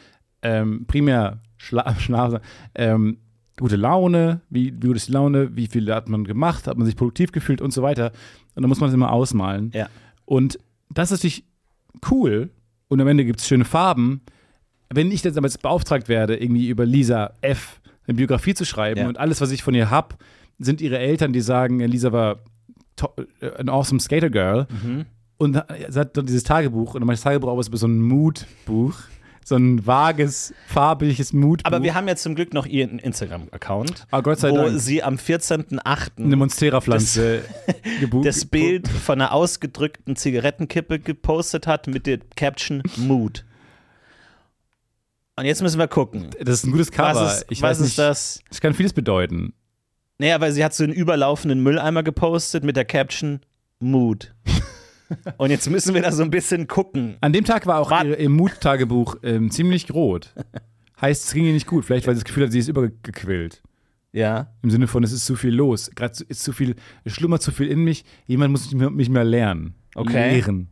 Speaker 2: ähm, primär Schla [LAUGHS] Schlaf, ähm, gute Laune, wie, wie gut ist die Laune, wie viel hat man gemacht, hat man sich produktiv gefühlt und so weiter. Und dann muss man das immer ausmalen.
Speaker 3: Ja.
Speaker 2: Und das ist natürlich cool. Und am Ende gibt es schöne Farben. Wenn ich jetzt damit beauftragt werde, irgendwie über Lisa F. eine Biografie zu schreiben
Speaker 3: Ja.
Speaker 2: und alles, was ich von ihr habe, sind ihre Eltern, die sagen, ja, Lisa war to- äh, an awesome Skater Girl.
Speaker 3: Mhm.
Speaker 2: Und äh, sie hat dann dieses Tagebuch, und dann mache ich das Tagebuch auch was über so ein Moodbuch, so ein vages, farbliches Moodbuch.
Speaker 3: Aber wir haben ja zum Glück noch ihren Instagram-Account,
Speaker 2: Ah, Gott sei
Speaker 3: wo
Speaker 2: Dank.
Speaker 3: sie am 14.08.
Speaker 2: eine Monstera-Pflanze gebucht.
Speaker 3: [LAUGHS] das Bild von einer ausgedrückten Zigarettenkippe gepostet hat mit der Caption Mood. Und jetzt müssen wir gucken.
Speaker 2: Das ist ein gutes Cover.
Speaker 3: was ist,
Speaker 2: ich
Speaker 3: was
Speaker 2: weiß
Speaker 3: ist
Speaker 2: nicht,
Speaker 3: das?
Speaker 2: Das kann vieles bedeuten.
Speaker 3: Naja, weil sie hat so einen überlaufenden Mülleimer gepostet mit der Caption
Speaker 2: [LAUGHS]
Speaker 3: Mood. Und jetzt müssen wir da so ein bisschen gucken.
Speaker 2: An dem Tag war auch
Speaker 3: Warte.
Speaker 2: ihr, ihr Mut-Tagebuch ähm, ziemlich rot. Heißt, es ging ihr nicht gut. Vielleicht, weil sie das Gefühl hat, sie ist übergequillt.
Speaker 3: Ja.
Speaker 2: Im Sinne von, es ist zu viel los. Gerade zu- ist zu viel, es schlummert zu viel in mich. Jemand muss mich mehr, mich mehr lernen.
Speaker 3: Okay.
Speaker 2: Lehren.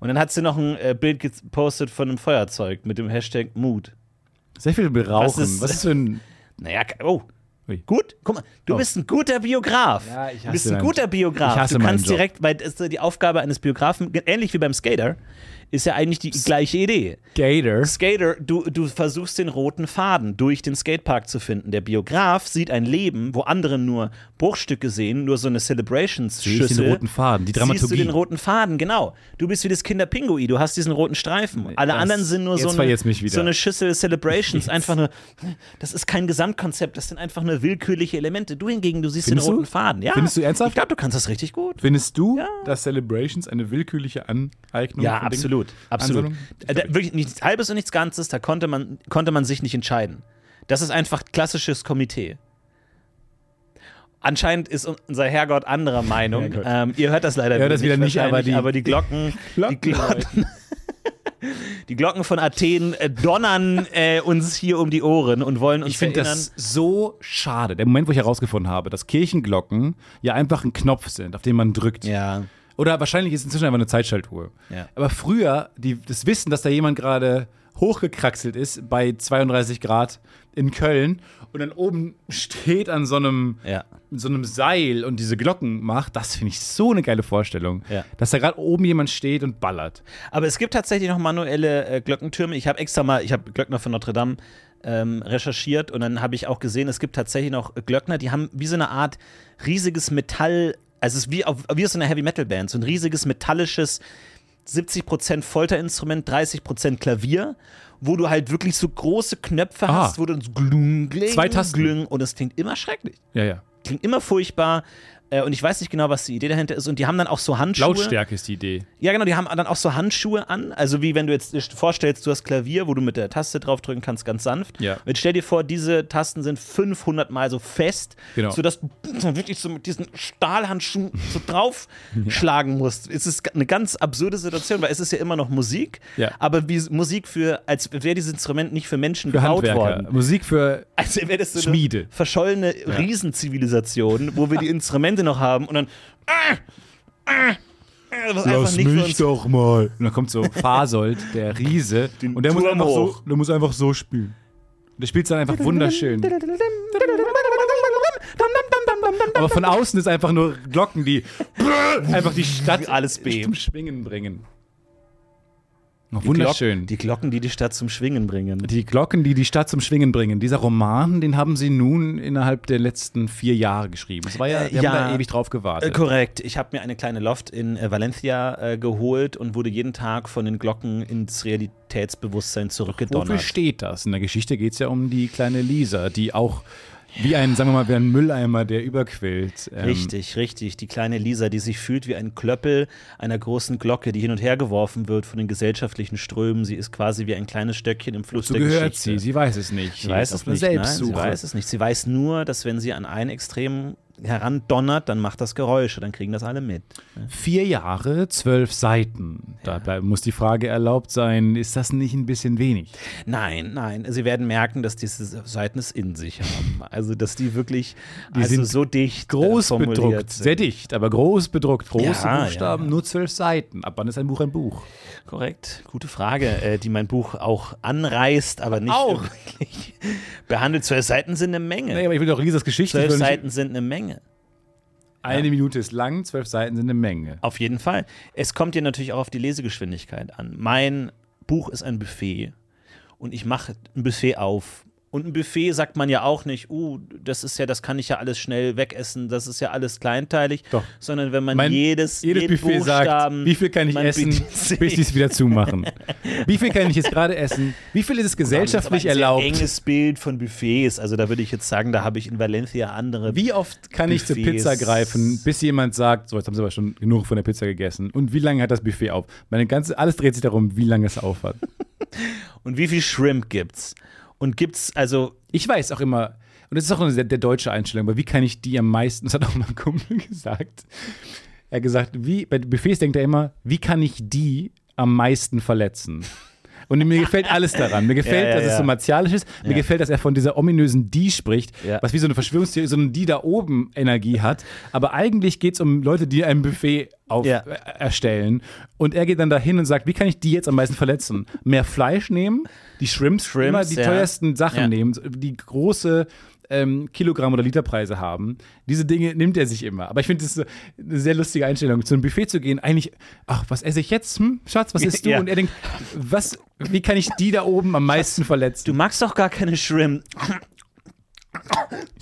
Speaker 3: Und dann hat sie noch ein äh, Bild gepostet von einem Feuerzeug mit dem Hashtag Mood.
Speaker 2: Sehr viel berauchen.
Speaker 3: Was
Speaker 2: Was
Speaker 3: ist-
Speaker 2: ist, für ein.
Speaker 3: Naja, oh.
Speaker 2: Ui.
Speaker 3: Gut, guck mal, du
Speaker 2: Oh.
Speaker 3: bist ein guter Biograf.
Speaker 2: Ja, ich
Speaker 3: du bist
Speaker 2: hasse
Speaker 3: ein
Speaker 2: meinen
Speaker 3: guter Biograf.
Speaker 2: Ich hasse
Speaker 3: du kannst
Speaker 2: meinen Job.
Speaker 3: direkt, weil das ist die Aufgabe eines Biografen, ähnlich wie beim Skater, Ist ja eigentlich die gleiche Idee.
Speaker 2: Gator.
Speaker 3: Skater, du, du versuchst den roten Faden durch den Skatepark zu finden. Der Biograf sieht ein Leben, wo andere nur Bruchstücke sehen, nur so eine Celebrations-Schüssel.
Speaker 2: Siehst ne? du den roten Faden, die Dramaturgie.
Speaker 3: Siehst du den roten Faden, genau. Du bist wie das Kinderpingui, du hast diesen roten Streifen. Alle
Speaker 2: das-
Speaker 3: anderen sind nur so
Speaker 2: jetzt war
Speaker 3: eine,
Speaker 2: jetzt mich wieder.
Speaker 3: so eine
Speaker 2: [LAUGHS]
Speaker 3: Schüssel Celebrations. Einfach nur, das ist kein Gesamtkonzept, das sind einfach nur willkürliche Elemente. Du hingegen, du siehst
Speaker 2: Findest
Speaker 3: den
Speaker 2: du?
Speaker 3: roten Faden. Ja,
Speaker 2: Findest du ernsthaft?
Speaker 3: Ich glaube, du kannst das richtig gut.
Speaker 2: Findest du, dass Celebrations eine willkürliche Aneignung von
Speaker 3: Ja,
Speaker 2: Dingen-
Speaker 3: absolut. absolut.
Speaker 2: Ansammlung?
Speaker 3: Äh, Da, wirklich nichts Halbes und nichts Ganzes, da konnte man, konnte man sich nicht entscheiden. Das ist einfach klassisches Komitee. Anscheinend ist un- unser Herrgott anderer Meinung.
Speaker 2: Herrgott.
Speaker 3: Ähm, ihr hört das leider
Speaker 2: hört das wieder nicht, aber
Speaker 3: wahrscheinlich,
Speaker 2: die-
Speaker 3: aber
Speaker 2: [LAUGHS]
Speaker 3: die Glocken, die, Glocken, [LAUGHS] die Glocken von Athen äh, donnern äh, uns hier um die Ohren und wollen uns
Speaker 2: Ich finde
Speaker 3: erinnern.
Speaker 2: das so schade. Der Moment, wo ich herausgefunden habe, dass Kirchenglocken ja einfach ein Knopf sind, auf den man drückt.
Speaker 3: ja,
Speaker 2: Oder wahrscheinlich ist inzwischen einfach eine Zeitschaltuhr.
Speaker 3: Ja.
Speaker 2: Aber früher, die, das Wissen, dass da jemand gerade hochgekraxelt ist bei 32 Grad in Köln und dann oben steht an so einem,
Speaker 3: Ja.
Speaker 2: so einem Seil und diese Glocken macht, das finde ich so eine geile Vorstellung.
Speaker 3: Ja.
Speaker 2: Dass da gerade oben jemand steht und ballert.
Speaker 3: Aber es gibt tatsächlich noch manuelle äh, Glockentürme. Ich habe extra mal, ich habe Glöckner von Notre Dame ähm, recherchiert und dann habe ich auch gesehen, es gibt tatsächlich noch Glöckner, die haben wie so eine Art riesiges Metall, also es ist wie, auf, wie aus so einer Heavy Metal Band, so ein riesiges metallisches 70% Folterinstrument, 30% Klavier, wo du halt wirklich so große Knöpfe
Speaker 2: Ah.
Speaker 3: hast, wo du so glüng, gling,
Speaker 2: Zwei Tasten.
Speaker 3: glüng und es klingt immer schrecklich.
Speaker 2: Ja, ja.
Speaker 3: Klingt immer furchtbar. äh, Und ich weiß nicht genau, was die Idee dahinter ist. Und die haben dann auch so Handschuhe.
Speaker 2: Lautstärke ist die Idee.
Speaker 3: Ja, genau, die haben dann auch so Handschuhe an. Also, wie wenn du jetzt dir vorstellst, du hast Klavier, wo du mit der Taste draufdrücken kannst, ganz sanft.
Speaker 2: Ja.
Speaker 3: Und jetzt stell dir vor, diese Tasten sind 500 Mal so fest,
Speaker 2: Genau.
Speaker 3: sodass du so wirklich so mit diesen Stahlhandschuhen so draufschlagen musst. Es ist eine ganz absurde Situation, weil es ist ja immer noch Musik,
Speaker 2: Ja.
Speaker 3: aber wie Musik für, als wäre dieses Instrument nicht für Menschen
Speaker 2: Für
Speaker 3: gebaut
Speaker 2: Handwerker.
Speaker 3: worden.
Speaker 2: Musik für
Speaker 3: Also wäre das so
Speaker 2: Schmiede.
Speaker 3: eine verschollene Riesenzivilisation, wo wir die Instrumente noch haben und dann äh, äh, äh, was einfach nicht für uns
Speaker 2: doch mal. Und dann kommt so Fasold, der Riese.
Speaker 3: [LAUGHS] Den
Speaker 2: und der muss,
Speaker 3: Turm
Speaker 2: einfach so,
Speaker 3: hoch.
Speaker 2: der muss einfach so spielen. Der spielt dann einfach wunderschön. Aber von außen ist einfach nur Glocken, die [LAUGHS] einfach die Stadt
Speaker 3: Alles bebt.
Speaker 2: zum Schwingen bringen. Noch
Speaker 3: Glock-
Speaker 2: wunderschön.
Speaker 3: Die Glocken, die die Stadt zum Schwingen bringen.
Speaker 2: Die Glocken, die die Stadt zum Schwingen bringen. Dieser Roman, den haben sie nun innerhalb der letzten vier Jahre geschrieben. Es war ja,
Speaker 3: Äh,
Speaker 2: wir
Speaker 3: ja.
Speaker 2: haben da ewig drauf
Speaker 3: Äh,
Speaker 2: gewartet.
Speaker 3: korrekt. Ich habe mir eine kleine Loft in äh, Valencia äh, geholt und wurde jeden Tag von den Glocken ins Realitätsbewusstsein
Speaker 2: Wofür
Speaker 3: zurückgedonnert.
Speaker 2: steht das? In der Geschichte geht es ja um die kleine Lisa, die auch wie ein, sagen wir mal, wie ein Mülleimer, der überquillt. ähm,
Speaker 3: Richtig, richtig. Die kleine Lisa, die sich fühlt wie ein Klöppel einer großen Glocke, die hin und her geworfen wird von den gesellschaftlichen Strömen. Sie ist quasi wie ein kleines Stöckchen im Fluss
Speaker 2: So
Speaker 3: der
Speaker 2: gehört sie,
Speaker 3: Geschichte.
Speaker 2: sie weiß es nicht.
Speaker 3: Sie weiß es nicht. Nein, sie
Speaker 2: Selbstsuche.
Speaker 3: weiß es nicht. Sie weiß nur, dass wenn sie an ein Extrem herandonnert, dann macht das Geräusche, dann kriegen das alle mit.
Speaker 2: Vier Jahre, zwölf Seiten. Dabei muss die Frage erlaubt sein, ist das nicht ein bisschen wenig?
Speaker 3: Nein, nein, sie werden merken, dass diese Seiten es in sich haben. Also, dass die wirklich
Speaker 2: Die
Speaker 3: also
Speaker 2: sind
Speaker 3: so dicht
Speaker 2: Groß
Speaker 3: äh, formuliert
Speaker 2: bedruckt,
Speaker 3: sind.
Speaker 2: sehr dicht, aber groß bedruckt, große
Speaker 3: Ja,
Speaker 2: Buchstaben,
Speaker 3: ja, ja.
Speaker 2: nur zwölf Seiten. Ab wann ist ein Buch ein Buch?
Speaker 3: Korrekt, gute Frage, äh, die mein Buch auch anreißt, aber nicht
Speaker 2: Auch.
Speaker 3: wirklich [LAUGHS] behandelt. Zwölf Seiten sind eine Menge.
Speaker 2: Nee, aber ich will doch Risas Geschichte. ich
Speaker 3: Zwölf
Speaker 2: will nicht-
Speaker 3: Seiten sind eine Menge.
Speaker 2: Eine Minute ist lang, zwölf Seiten sind eine Menge.
Speaker 3: Auf jeden Fall. Es kommt dir natürlich auch auf die Lesegeschwindigkeit an. Mein Buch ist ein Buffet und ich mache ein Buffet auf. Und ein Buffet sagt man ja auch nicht, uh, das ist ja, das kann ich ja alles schnell wegessen, das ist ja alles kleinteilig,
Speaker 2: Doch.
Speaker 3: sondern wenn man
Speaker 2: Mein-
Speaker 3: jedes,
Speaker 2: jedes
Speaker 3: jeden
Speaker 2: Buffet
Speaker 3: Buchstaben,
Speaker 2: sagt, wie viel kann ich
Speaker 3: man
Speaker 2: essen,
Speaker 3: bedient
Speaker 2: bis
Speaker 3: sich.
Speaker 2: die es wieder
Speaker 3: [LAUGHS]
Speaker 2: zumachen? wie viel kann ich jetzt gerade essen? Wie viel ist es gesellschaftlich
Speaker 3: das ist aber ein Sehr
Speaker 2: erlaubt?
Speaker 3: enges Bild von Buffets. Also da würde ich jetzt sagen, da habe ich in Valencia andere.
Speaker 2: Wie oft kann ich zur
Speaker 3: Buffets.
Speaker 2: Pizza greifen, bis jemand sagt, so, jetzt haben sie aber schon genug von der Pizza gegessen. Und wie lange hat das Buffet auf? Meine ganze, alles dreht sich darum, wie lange es auf hat.
Speaker 3: Und wie viel Shrimp gibt's? Und gibt's also
Speaker 2: Ich weiß auch immer, und das ist auch eine sehr, der deutsche Einstellung, aber wie kann ich die am meisten, [LAUGHS] das hat auch mein Kumpel gesagt. Er hat gesagt, wie, bei Buffets denkt er immer, wie kann ich die am meisten verletzen? Und mir gefällt alles daran. Mir gefällt,
Speaker 3: Ja, ja,
Speaker 2: dass es
Speaker 3: ja.
Speaker 2: so martialisch ist. Mir
Speaker 3: Ja.
Speaker 2: gefällt, dass er von dieser ominösen Die spricht,
Speaker 3: Ja.
Speaker 2: was wie so eine Verschwörungstheorie, so eine Die da oben Energie hat. Aber eigentlich geht es um Leute, die ein Buffet auf,
Speaker 3: Ja.
Speaker 2: äh, erstellen. Und er geht dann dahin und sagt, wie kann ich die jetzt am meisten verletzen? Mehr Fleisch nehmen, die Shrimps,
Speaker 3: Shrimps,
Speaker 2: immer die
Speaker 3: ja.
Speaker 2: teuersten Sachen
Speaker 3: Ja.
Speaker 2: nehmen, die große äh, ähm, Kilogramm- oder Literpreise haben. Diese Dinge nimmt er sich immer. Aber ich finde, das ist eine sehr lustige Einstellung, zu einem Buffet zu gehen. Eigentlich, ach, was esse ich jetzt? Hm, Schatz, was isst du?
Speaker 3: [LAUGHS] Ja.
Speaker 2: Und er denkt, was, wie kann ich die da oben am meisten verletzen?
Speaker 3: Du magst doch gar keine Shrimp.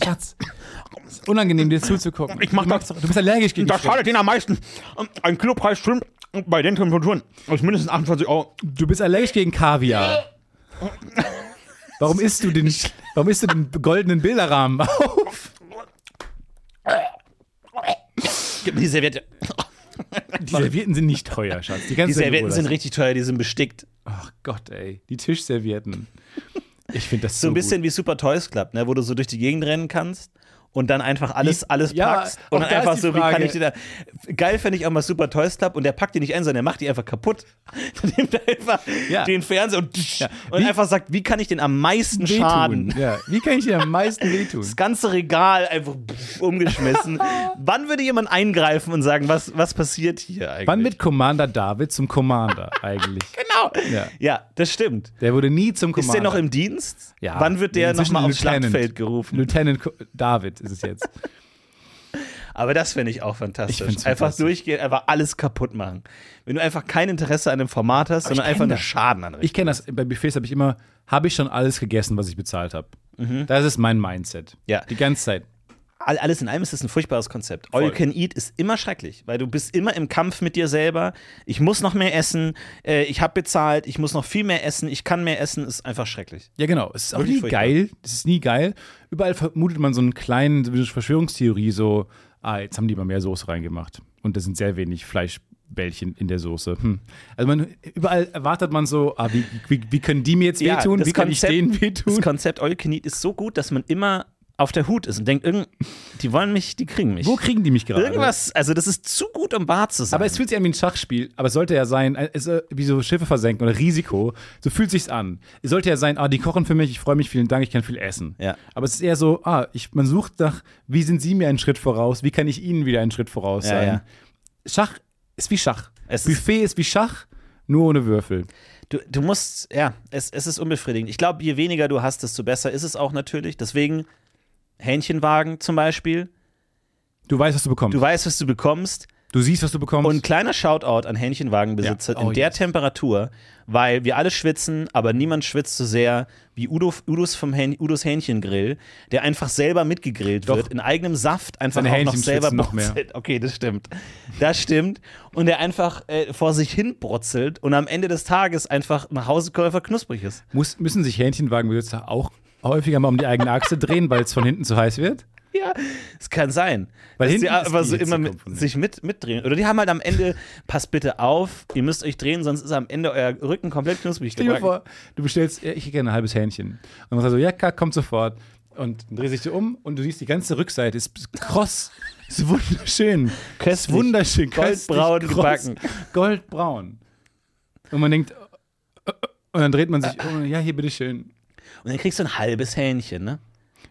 Speaker 2: Schatz. Es ist unangenehm, dir zuzugucken.
Speaker 3: Ich mach
Speaker 2: du, magst,
Speaker 3: das-
Speaker 2: du bist allergisch gegen
Speaker 3: Da
Speaker 2: Schrimp.
Speaker 3: schadet den am meisten.
Speaker 2: ähm,
Speaker 3: Ein Kilopreis Shrimp bei den Temperaturen ist mindestens 28 Euro.
Speaker 2: Du bist allergisch gegen Kaviar. Warum isst du den, warum isst du den goldenen Bilderrahmen auf?
Speaker 3: Gib mir die Serviette.
Speaker 2: Die Servietten sind nicht teuer, Schatz. Die,
Speaker 3: Die Servietten sind richtig teuer, die sind bestickt.
Speaker 2: Ach Gott, ey. Die Tischservietten. Ich finde das so
Speaker 3: So ein bisschen wie Super Toys Club, ne? wo du so durch die Gegend rennen kannst und dann einfach alles, alles
Speaker 2: ja,
Speaker 3: packst. Und
Speaker 2: auch
Speaker 3: dann
Speaker 2: da ist
Speaker 3: einfach
Speaker 2: die
Speaker 3: so, wie
Speaker 2: Frage.
Speaker 3: kann ich dir da. Geil fände ich auch mal Super Toys Club und der packt die nicht ein, sondern der macht die einfach kaputt. [LAUGHS] Dann nimmt er einfach
Speaker 2: Ja.
Speaker 3: den Fernseher und, tsch
Speaker 2: Wie-
Speaker 3: und einfach sagt, wie kann ich den am meisten
Speaker 2: gut.
Speaker 3: schaden?
Speaker 2: Wehtun. Ja. Wie kann ich dir am meisten wehtun?
Speaker 3: Das ganze Regal einfach pff, umgeschmissen.
Speaker 2: [LAUGHS]
Speaker 3: Wann würde jemand eingreifen und sagen, was, was passiert hier eigentlich?
Speaker 2: Wann wird Commander David zum Commander eigentlich?
Speaker 3: Genau.
Speaker 2: Ja.
Speaker 3: Ja, das stimmt.
Speaker 2: Der wurde nie zum
Speaker 3: Ist
Speaker 2: Commander.
Speaker 3: der noch im Dienst?
Speaker 2: Ja.
Speaker 3: Wann wird der
Speaker 2: Inzwischen
Speaker 3: nochmal aufs
Speaker 2: Lieutenant.
Speaker 3: Schlachtfeld gerufen?
Speaker 2: Lieutenant Co- David ist es jetzt.
Speaker 3: Aber das fände ich auch
Speaker 2: Ich
Speaker 3: fantastisch.
Speaker 2: find's
Speaker 3: einfach
Speaker 2: fantastisch.
Speaker 3: durchgehen, einfach alles kaputt machen. Wenn du einfach kein Interesse an dem Format hast, sondern
Speaker 2: ich kenn
Speaker 3: einfach nur
Speaker 2: das.
Speaker 3: Schaden anrichten.
Speaker 2: Ich kenne das, bei Buffets habe ich immer, habe ich schon alles gegessen, was ich bezahlt habe. Das ist mein Mindset.
Speaker 3: Mhm. Ja.
Speaker 2: Die ganze Zeit.
Speaker 3: All- Alles in allem ist das ein furchtbares Konzept. All you
Speaker 2: Voll.
Speaker 3: can eat ist immer schrecklich, weil du bist immer im Kampf mit dir selber. Ich muss noch mehr essen, äh, ich habe bezahlt, ich muss noch viel mehr essen, ich kann mehr essen, ist einfach schrecklich.
Speaker 2: Ja, genau. Es ist auch
Speaker 3: Wirklich
Speaker 2: nie
Speaker 3: furchtbar.
Speaker 2: geil. Es ist nie geil. Überall vermutet man so einen kleinen so eine Verschwörungstheorie, so, ah, jetzt haben die mal mehr Soße reingemacht. Und da sind sehr wenig Fleischbällchen in der Soße. Hm. Also man, überall erwartet man so, ah, wie, wie, wie können die mir jetzt
Speaker 3: Ja,
Speaker 2: wehtun?
Speaker 3: das
Speaker 2: Wie kann
Speaker 3: Konzept-
Speaker 2: ich denen
Speaker 3: Das
Speaker 2: wehtun?
Speaker 3: Konzept All you can eat ist so gut, dass man immer auf der Hut ist und denkt, irgend, die wollen mich, die kriegen mich.
Speaker 2: Wo kriegen die mich gerade?
Speaker 3: Irgendwas, also das ist zu gut, um wahr zu sein.
Speaker 2: Aber es fühlt sich an wie ein Schachspiel, aber es sollte ja sein, äh, es, äh, wie so Schiffe versenken oder Risiko, so fühlt sich's an. Es sollte ja sein, ah, die kochen für mich, ich freue mich, vielen Dank, ich kann viel essen.
Speaker 3: Ja.
Speaker 2: Aber es ist eher so, ah, ich, man sucht nach, wie sind sie mir einen Schritt voraus, wie kann ich ihnen wieder einen Schritt voraus
Speaker 3: Ja,
Speaker 2: sein.
Speaker 3: ja.
Speaker 2: Schach ist wie Schach.
Speaker 3: Es ist-
Speaker 2: Buffet ist wie Schach, nur ohne Würfel.
Speaker 3: Du, du musst, ja, es, es ist unbefriedigend. Ich glaube, je weniger du hast, desto besser ist es auch natürlich. Deswegen Hähnchenwagen zum Beispiel.
Speaker 2: Du weißt, was du bekommst.
Speaker 3: Du
Speaker 2: Du,
Speaker 3: weißt, was du bekommst.
Speaker 2: siehst, was du bekommst.
Speaker 3: Und kleiner Shoutout an Hähnchenwagenbesitzer
Speaker 2: Ja. Oh,
Speaker 3: in der
Speaker 2: yes.
Speaker 3: Temperatur, weil wir alle schwitzen, aber niemand schwitzt so sehr wie Udo, Udos vom Hähn, Udos Hähnchengrill, der einfach selber mitgegrillt
Speaker 2: Doch.
Speaker 3: wird, in eigenem Saft einfach
Speaker 2: Seine
Speaker 3: auch noch
Speaker 2: Hähnchen
Speaker 3: selber
Speaker 2: schwitzen noch mehr.
Speaker 3: brutzelt. Okay, das stimmt. Das stimmt. Und der einfach äh, vor sich hin brutzelt und am Ende des Tages einfach nach Hause Käufer knusprig ist.
Speaker 2: Muss, müssen sich Hähnchenwagenbesitzer auch häufiger mal um die eigene Achse drehen, weil es von hinten zu heiß wird?
Speaker 3: [LAUGHS] Ja, es kann sein.
Speaker 2: Weil
Speaker 3: dass
Speaker 2: hinten
Speaker 3: die
Speaker 2: ist
Speaker 3: aber
Speaker 2: die
Speaker 3: so immer mit,
Speaker 2: Hitzekomponente.
Speaker 3: sich mit, mitdrehen. Oder die haben halt
Speaker 2: [LAUGHS]
Speaker 3: am Ende, passt bitte auf, ihr müsst euch drehen, sonst ist am Ende euer Rücken komplett knusprig.
Speaker 2: Stell dir
Speaker 3: gebacken.
Speaker 2: vor, du bestellst, ja, ich hätte gerne ein halbes Hähnchen. Und man sagt so, ja, klar, kommt sofort. Und dann dreh sich so um und du siehst, die ganze Rückseite ist kross. Ist wunderschön. Ist
Speaker 3: Köstlich.
Speaker 2: wunderschön. köstlich,
Speaker 3: Goldbraun
Speaker 2: kross,
Speaker 3: gebacken.
Speaker 2: Goldbraun. Und man denkt, äh, äh, und dann dreht man sich um, ja, hier, bitteschön.
Speaker 3: Und dann kriegst du ein halbes Hähnchen, ne?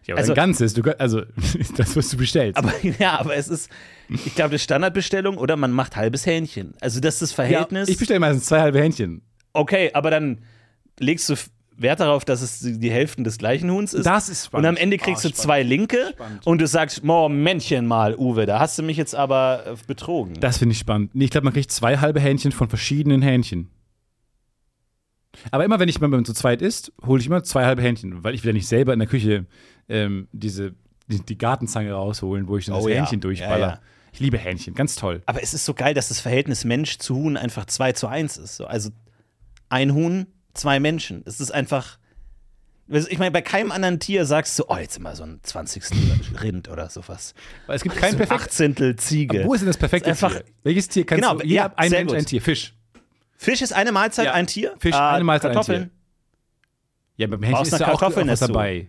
Speaker 2: Ja, also,
Speaker 3: Also- [LAUGHS]
Speaker 2: ein ganzes, du, also [LAUGHS] das, was du bestellst.
Speaker 3: Aber ja, aber es ist, ich glaube, eine Standardbestellung oder man macht halbes Hähnchen. Also das ist das
Speaker 2: ja,
Speaker 3: Verhältnis.
Speaker 2: ich bestelle meistens zwei halbe Hähnchen.
Speaker 3: okay, aber dann legst du f- Wert darauf, dass es die die Hälfte des gleichen Huhns ist.
Speaker 2: Das ist spannend.
Speaker 3: Und am Ende kriegst
Speaker 2: Oh,
Speaker 3: du
Speaker 2: spannend.
Speaker 3: zwei Linke und du sagst, Momentchen mal, Uwe, da hast du mich jetzt aber äh, betrogen.
Speaker 2: Das finde ich spannend. Nee, ich glaube, man kriegt zwei halbe Hähnchen von verschiedenen Hähnchen. Aber immer, wenn ich mal zu zweit isst, hole ich immer zwei halbe Hähnchen, weil ich will ja nicht selber in der Küche ähm, diese, die, die Gartenzange rausholen, wo ich dann
Speaker 3: Oh
Speaker 2: das
Speaker 3: ja.
Speaker 2: Hähnchen durchballer.
Speaker 3: Ja, ja.
Speaker 2: Ich liebe Hähnchen, ganz toll.
Speaker 3: Aber es ist so geil, dass das Verhältnis Mensch zu Huhn einfach 2 zu 1 ist. So, also ein Huhn, zwei Menschen. Es ist einfach. Also Ich meine, bei keinem anderen Tier sagst du, oh, jetzt immer so ein 20. Rind oder sowas.
Speaker 2: Weil es gibt kein
Speaker 3: So ein
Speaker 2: perfektes.
Speaker 3: Achtzehntel Ziege.
Speaker 2: Wo ist denn das perfekte
Speaker 3: Ist einfach-
Speaker 2: Tier? Welches Tier kannst
Speaker 3: Genau,
Speaker 2: du?
Speaker 3: ja,
Speaker 2: Jeder- ein
Speaker 3: sehr
Speaker 2: Mensch,
Speaker 3: gut.
Speaker 2: ein Tier, Fisch.
Speaker 3: Fisch ist eine Mahlzeit,
Speaker 2: Ja.
Speaker 3: ein Tier?
Speaker 2: Fisch,
Speaker 3: Äh,
Speaker 2: eine Mahlzeit, ein
Speaker 3: Kartoffeln.
Speaker 2: Ja, beim Hähnchen
Speaker 3: Aus
Speaker 2: ist
Speaker 3: einer
Speaker 2: ja auch, auch
Speaker 3: Kartoffel
Speaker 2: was
Speaker 3: ist so.
Speaker 2: dabei.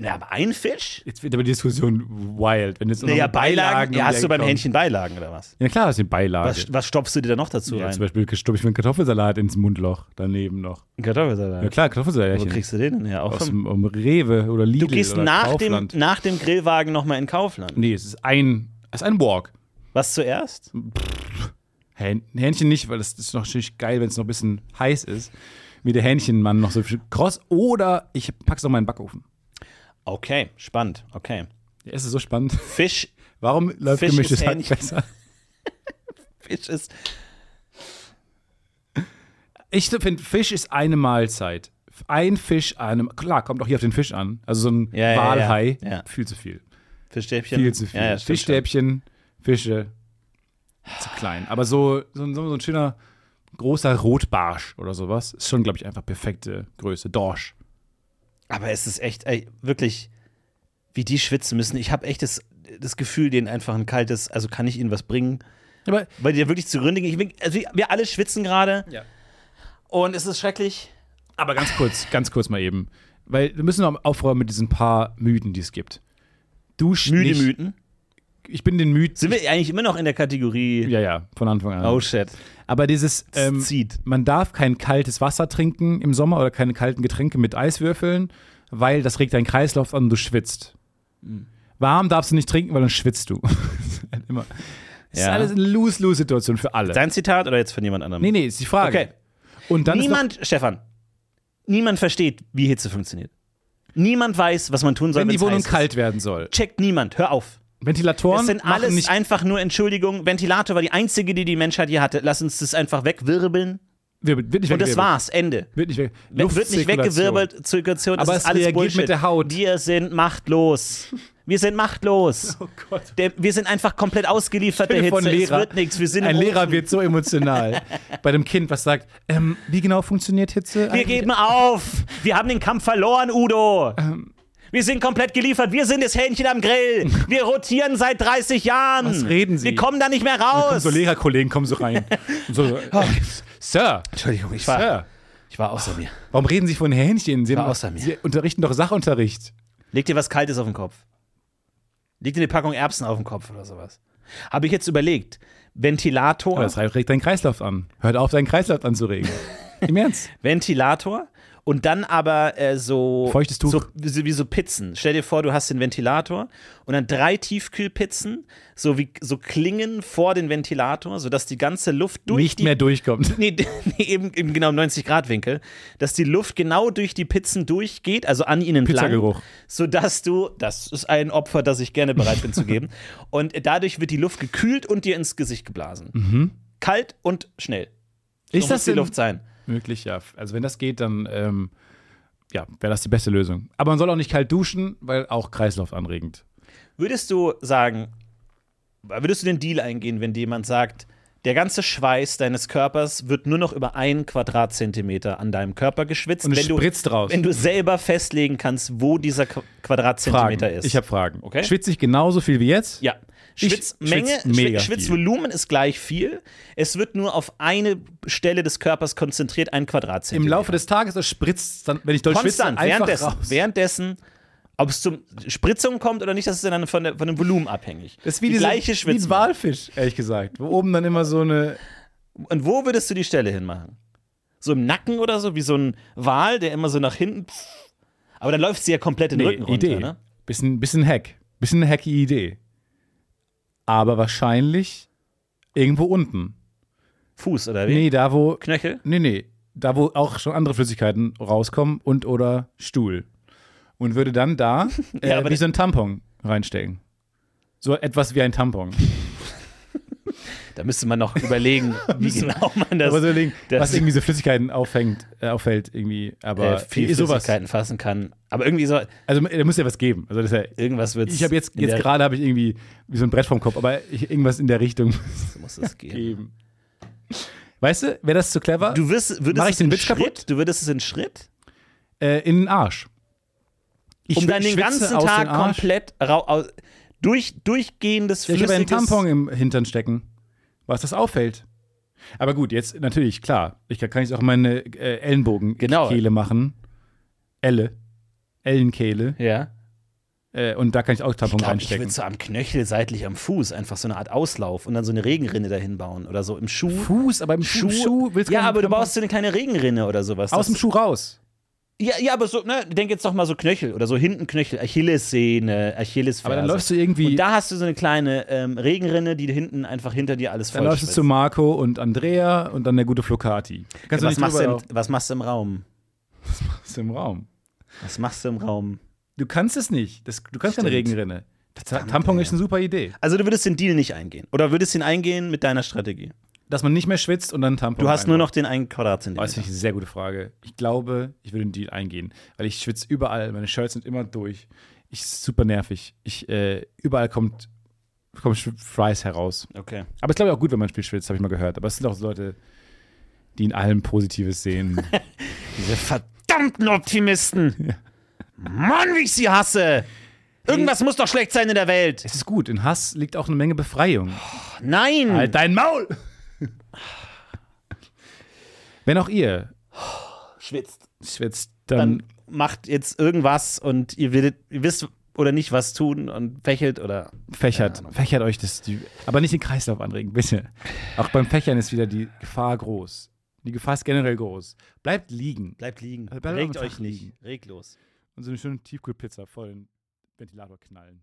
Speaker 3: Ja, aber ein Fisch?
Speaker 2: Jetzt wird aber die Diskussion wild. Wenn jetzt noch
Speaker 3: Naja,
Speaker 2: mit
Speaker 3: Beilagen.
Speaker 2: um
Speaker 3: Ja,
Speaker 2: die
Speaker 3: hast du beim
Speaker 2: Ecke kommen.
Speaker 3: Hähnchen Beilagen oder was?
Speaker 2: Ja, klar, das sind Beilagen.
Speaker 3: Was, was stopfst du dir da noch dazu
Speaker 2: Ja, zum
Speaker 3: rein?
Speaker 2: Beispiel stopfe ich mir einen Kartoffelsalat ins Mundloch daneben noch. Ja
Speaker 3: Ein Kartoffelsalat.
Speaker 2: klar,
Speaker 3: Wo
Speaker 2: Kartoffelsalatchen.
Speaker 3: kriegst du den denn her? Auch
Speaker 2: Aus
Speaker 3: vom,
Speaker 2: dem um Rewe oder Lidl
Speaker 3: du gehst
Speaker 2: oder
Speaker 3: nach dem,
Speaker 2: Kaufland.
Speaker 3: nach dem Grillwagen nochmal in Kaufland.
Speaker 2: Nee, es ist ein, es ist ein Walk.
Speaker 3: Was zuerst?
Speaker 2: Hähn- Hähnchen nicht, weil das ist noch natürlich geil, wenn es noch ein bisschen heiß ist. Wie der Hähnchenmann noch so viel kross. Oder ich pack's noch mal in den Backofen.
Speaker 3: Okay, spannend. Okay.
Speaker 2: Ja, es ist so spannend. [LAUGHS]
Speaker 3: Fisch,
Speaker 2: Warum läuft
Speaker 3: Fisch
Speaker 2: gemischtes
Speaker 3: ist
Speaker 2: Hack
Speaker 3: ähnlich.
Speaker 2: besser?
Speaker 3: Fisch ist.
Speaker 2: Ich finde, Fisch ist eine Mahlzeit. Ein Fisch an einem. Klar, kommt auch hier auf den Fisch an. Also so ein
Speaker 3: Ja, ja, ja,
Speaker 2: Walhai.
Speaker 3: ja.
Speaker 2: Viel zu viel.
Speaker 3: Fischstäbchen.
Speaker 2: Viel zu viel.
Speaker 3: Ja, ja, stimmt schon.
Speaker 2: Fischstäbchen, Fische. Zu klein. Aber so, so, ein- so ein schöner großer Rotbarsch oder sowas ist schon, glaube ich, einfach perfekte Größe. Dorsch.
Speaker 3: Aber es ist echt, ey, wirklich, wie die schwitzen müssen. Ich habe echt das, das Gefühl, denen einfach ein kaltes, also kann ich ihnen was bringen.
Speaker 2: Aber
Speaker 3: Weil die da wirklich zugrunde gehen. Ich bin, also wir- wir alle schwitzen gerade.
Speaker 2: Ja.
Speaker 3: Und es ist schrecklich.
Speaker 2: Aber ganz kurz, ganz kurz mal eben. Weil wir müssen noch aufräumen mit diesen paar Mythen, die es gibt. Dusch
Speaker 3: Müde
Speaker 2: nicht.
Speaker 3: Mythen.
Speaker 2: Ich bin den Mythen.
Speaker 3: Sind wir eigentlich immer noch in der Kategorie?
Speaker 2: ja, ja, von Anfang an.
Speaker 3: Oh shit.
Speaker 2: Aber dieses, ähm,
Speaker 3: zieht.
Speaker 2: man darf kein kaltes Wasser trinken im Sommer oder keine kalten Getränke mit Eiswürfeln, weil das regt deinen Kreislauf an und du schwitzt.
Speaker 3: Mhm.
Speaker 2: Warm darfst du nicht trinken, weil dann schwitzt du. [LAUGHS] Das ist halt immer. Das ist
Speaker 3: Ja.
Speaker 2: alles eine Lose-Lose-Situation für alle.
Speaker 3: Dein Zitat oder jetzt von jemand anderem?
Speaker 2: Nee, nee, ist die Frage.
Speaker 3: Okay.
Speaker 2: Und dann ist
Speaker 3: Niemand, Stefan, niemand versteht, wie Hitze funktioniert. Niemand weiß, was man tun
Speaker 2: noch,
Speaker 3: soll,
Speaker 2: wenn die
Speaker 3: wenn's
Speaker 2: Wohnung
Speaker 3: heiß ist.
Speaker 2: kalt werden soll.
Speaker 3: Checkt niemand, hör auf.
Speaker 2: Ventilatoren
Speaker 3: Das sind
Speaker 2: machen
Speaker 3: alles
Speaker 2: nicht
Speaker 3: einfach nur Entschuldigung. Ventilator war die einzige, die die Menschheit hier hatte. Lass uns das einfach wegwirbeln.
Speaker 2: wird, wird nicht
Speaker 3: Und das
Speaker 2: weggewirbelt.
Speaker 3: war's, Ende.
Speaker 2: Wird nicht, weg,
Speaker 3: Wird nicht
Speaker 2: Luftzirkulation.
Speaker 3: weggewirbelt, Zirkulation, das
Speaker 2: Aber
Speaker 3: ist
Speaker 2: es
Speaker 3: alles
Speaker 2: reagiert mit
Speaker 3: Bullshit.
Speaker 2: der Haut.
Speaker 3: Wir sind machtlos. Wir
Speaker 2: [LAUGHS]
Speaker 3: sind machtlos.
Speaker 2: Oh Gott.
Speaker 3: Der, wir sind einfach komplett ausgeliefert der
Speaker 2: Rede
Speaker 3: Hitze.
Speaker 2: von Lehrer.
Speaker 3: Es wird nichts. Wir sind
Speaker 2: Ein
Speaker 3: im
Speaker 2: Lehrer
Speaker 3: Ofen.
Speaker 2: wird so
Speaker 3: [LAUGHS]
Speaker 2: emotional bei dem Kind, was sagt, ähm, wie genau funktioniert Hitze?
Speaker 3: Wir
Speaker 2: eigentlich?
Speaker 3: geben auf. Wir haben den Kampf verloren, Udo.
Speaker 2: Ähm.
Speaker 3: Wir sind komplett geliefert. Wir sind das Hähnchen am Grill. Wir rotieren seit 30 Jahren.
Speaker 2: Was reden Sie?
Speaker 3: Wir kommen da nicht mehr
Speaker 2: Kommen
Speaker 3: raus.
Speaker 2: so Lehrerkollegen kommen so rein. Und [LAUGHS] so, äh, Sir,
Speaker 3: Entschuldigung, ich
Speaker 2: Sir,
Speaker 3: ich war außer mir.
Speaker 2: warum reden Sie von Hähnchen? Sie,
Speaker 3: war
Speaker 2: haben,
Speaker 3: außer mir.
Speaker 2: Sie unterrichten doch Sachunterricht.
Speaker 3: Leg dir was Kaltes auf den Kopf. Leg dir eine Packung Erbsen auf den Kopf oder sowas. Habe ich jetzt überlegt. Ventilator.
Speaker 2: Aber Oh, das regt deinen Kreislauf an. Hört auf, deinen Kreislauf
Speaker 3: [LAUGHS]
Speaker 2: anzuregen. Im Ernst.
Speaker 3: Ventilator und dann aber äh, so
Speaker 2: Feuchtes Tuch.
Speaker 3: So, wie, so- wie so Pizzen. Stell dir vor, du hast den Ventilator und dann drei Tiefkühlpizzen, so wie so Klingen vor den Ventilator, sodass die ganze Luft durch
Speaker 2: Nicht
Speaker 3: die
Speaker 2: mehr durchkommt.
Speaker 3: [LAUGHS] Nee, d- nee, eben, eben genau im 90-Grad-Winkel, dass die Luft genau durch die Pizzen durchgeht, also an ihnen
Speaker 2: [LAUGHS]
Speaker 3: entlang.
Speaker 2: Pizzageruch.
Speaker 3: Sodass du, das ist ein Opfer, das ich gerne bereit
Speaker 2: [LAUGHS]
Speaker 3: bin zu geben. Und dadurch wird die Luft gekühlt und dir ins Gesicht geblasen. Kalt und schnell.
Speaker 2: Mhm. Ist
Speaker 3: so muss die
Speaker 2: denn
Speaker 3: Luft sein?
Speaker 2: möglich? Ja. Also wenn das geht, dann ähm, ja, wäre das die beste Lösung. Aber man soll auch nicht kalt duschen, weil auch Kreislauf anregend.
Speaker 3: Würdest du sagen, würdest du den Deal eingehen, wenn dir jemand sagt, der ganze Schweiß deines Körpers wird nur noch über einen Quadratzentimeter an deinem Körper geschwitzt,
Speaker 2: Und es
Speaker 3: wenn, du,
Speaker 2: spritzt raus.
Speaker 3: wenn du selber festlegen kannst, wo dieser Qu- Quadratzentimeter
Speaker 2: Fragen.
Speaker 3: ist?
Speaker 2: Ich habe Fragen.
Speaker 3: Okay.
Speaker 2: Schwitze ich genauso viel wie jetzt?
Speaker 3: ja.
Speaker 2: Ich
Speaker 3: Schwitzmenge,
Speaker 2: schwitz mega
Speaker 3: Schwi- Schwitzvolumen ist gleich viel. Es wird nur auf eine Stelle des Körpers konzentriert, ein Quadratzentimeter.
Speaker 2: Im Laufe des Tages, das spritzt dann, wenn ich doll schwitze,
Speaker 3: Konstant,
Speaker 2: einfach
Speaker 3: währenddessen,
Speaker 2: raus.
Speaker 3: währenddessen, ob es zum Spritzung kommt oder nicht, das ist dann von, der, von dem Volumen abhängig.
Speaker 2: Das ist wie,
Speaker 3: die
Speaker 2: diese,
Speaker 3: gleiche
Speaker 2: wie ein
Speaker 3: Schwitzung.
Speaker 2: Walfisch, ehrlich gesagt. Wo oben dann immer so eine.
Speaker 3: Und wo würdest du die Stelle hinmachen? So im Nacken oder so, wie so ein Wal, der immer so nach hinten. pff. Aber dann läuft sie ja komplett in den Rücken runter,
Speaker 2: Idee.
Speaker 3: ne?
Speaker 2: Bisschen, bisschen Hack. Bisschen eine hacky Idee. Aber wahrscheinlich irgendwo unten.
Speaker 3: Fuß oder wie?
Speaker 2: Nee, da wo.
Speaker 3: Knöchel?
Speaker 2: Nee, nee. Da wo auch schon andere Flüssigkeiten rauskommen und oder Stuhl. Und würde dann
Speaker 3: [LAUGHS]
Speaker 2: da äh,
Speaker 3: Ja, aber
Speaker 2: wie
Speaker 3: das-
Speaker 2: so ein Tampon reinstecken. So etwas wie ein Tampon.
Speaker 3: Da müsste man noch
Speaker 2: [LAUGHS]
Speaker 3: überlegen, wie genau man das.
Speaker 2: aber so legen,
Speaker 3: das-
Speaker 2: was irgendwie so Flüssigkeiten auffängt, äh, auffällt irgendwie.
Speaker 3: äh,
Speaker 2: Aber
Speaker 3: viel
Speaker 2: sowas.
Speaker 3: Flüssigkeiten fassen kann. Aber irgendwie so,
Speaker 2: Also da muss ja was geben. Also das ist ja
Speaker 3: irgendwas wird
Speaker 2: Ich habe jetzt, jetzt gerade habe ich irgendwie wie so ein Brett vom Kopf, aber ich, irgendwas in der Richtung
Speaker 3: muss es gehen.
Speaker 2: geben. Weißt du, wäre das zu clever?
Speaker 3: Du wirst, würdest
Speaker 2: Mach ich
Speaker 3: es
Speaker 2: den
Speaker 3: in
Speaker 2: Witz
Speaker 3: Schritt,
Speaker 2: kaputt?
Speaker 3: Du würdest es in Schritt,
Speaker 2: äh, in den Arsch. Ich
Speaker 3: um
Speaker 2: schwi-
Speaker 3: dann den
Speaker 2: schwitze
Speaker 3: ganzen
Speaker 2: aus dem
Speaker 3: Tag
Speaker 2: Arsch.
Speaker 3: komplett rau, aus, durch, durchgehendes
Speaker 2: Ich habe einen
Speaker 3: flüssiges-
Speaker 2: Tampon im Hintern stecken, was das auffällt. Aber gut, jetzt natürlich, klar. Ich kann, kann ich auch meine äh, Ellenbogenkehle
Speaker 3: Genau.
Speaker 2: machen. Elle. Ellenkehle.
Speaker 3: Ja.
Speaker 2: Äh, und da kann ich auch Tampon
Speaker 3: glaub, ich
Speaker 2: reinstecken.
Speaker 3: würde so am Knöchel seitlich am Fuß einfach so eine Art Auslauf und dann so eine Regenrinne dahin bauen oder so im Schuh.
Speaker 2: Fuß, aber im Schuh, Schuh willst
Speaker 3: ja,
Speaker 2: keinen
Speaker 3: aber du
Speaker 2: Tampon?
Speaker 3: baust so eine kleine Regenrinne oder sowas.
Speaker 2: aus dem
Speaker 3: Das-
Speaker 2: Schuh raus.
Speaker 3: Ja, ja, aber so, ne, denk jetzt doch mal so Knöchel oder so hinten Knöchel, Achillessehne, Achillesferse.
Speaker 2: Aber dann läufst du irgendwie
Speaker 3: also Und da hast du so eine kleine ähm, Regenrinne, die hinten einfach hinter dir alles voll
Speaker 2: Dann läufst du zu Marco und Andrea und dann der gute Flocati. Kannst
Speaker 3: was,
Speaker 2: du nicht
Speaker 3: machst du
Speaker 2: drüber
Speaker 3: im, was machst du im Raum?
Speaker 2: laufen. Ist im Raum?
Speaker 3: Was machst du im Raum?
Speaker 2: Du kannst es nicht. Das, du kannst keine
Speaker 3: Stimmt.
Speaker 2: Regenrinne. Ta- Tampon ist eine super Idee.
Speaker 3: Also du würdest den Deal nicht eingehen. Oder würdest ihn eingehen mit deiner Strategie?
Speaker 2: Dass man nicht mehr schwitzt und dann einen Tampon.
Speaker 3: Du hast nur
Speaker 2: reinmacht.
Speaker 3: noch den einen Quadratzentimeter.
Speaker 2: Oh, Das finde ich eine sehr gute Frage. Ich glaube, ich würde einen Deal eingehen, weil ich schwitze überall. Meine Shirts sind immer durch. Ich super nervig. Ich, äh, überall kommt, kommt Sch- Fries heraus.
Speaker 3: Okay.
Speaker 2: Aber es glaube ich auch gut, wenn man ein Spiel schwitzt, habe ich mal gehört. Aber es sind auch so Leute, die in allem Positives
Speaker 3: [LAUGHS]
Speaker 2: sehen.
Speaker 3: Diese
Speaker 2: [LAUGHS]
Speaker 3: verdammten Optimisten. Mann, wie ich sie hasse. Irgendwas muss doch schlecht sein in der Welt.
Speaker 2: es ist gut. In Hass liegt auch eine Menge Befreiung.
Speaker 3: Nein.
Speaker 2: Halt dein Maul! Wenn auch ihr
Speaker 3: Schwitzt.
Speaker 2: schwitzt,
Speaker 3: Dann
Speaker 2: dann,
Speaker 3: macht jetzt irgendwas und ihr, werdet, ihr wisst oder nicht, was tun und fächelt oder.
Speaker 2: fächert, fächert euch das. Die, aber nicht den Kreislauf anregen, bitte. Auch beim Fächern ist wieder die Gefahr groß. Die Gefahr ist generell groß. Bleibt liegen.
Speaker 3: Bleibt liegen.
Speaker 2: Also bleibt
Speaker 3: Regt
Speaker 2: am
Speaker 3: euch
Speaker 2: Fach
Speaker 3: nicht.
Speaker 2: liegen.
Speaker 3: Reglos.
Speaker 2: Und so eine schöne Tiefkühlpizza voll den Ventilator knallen.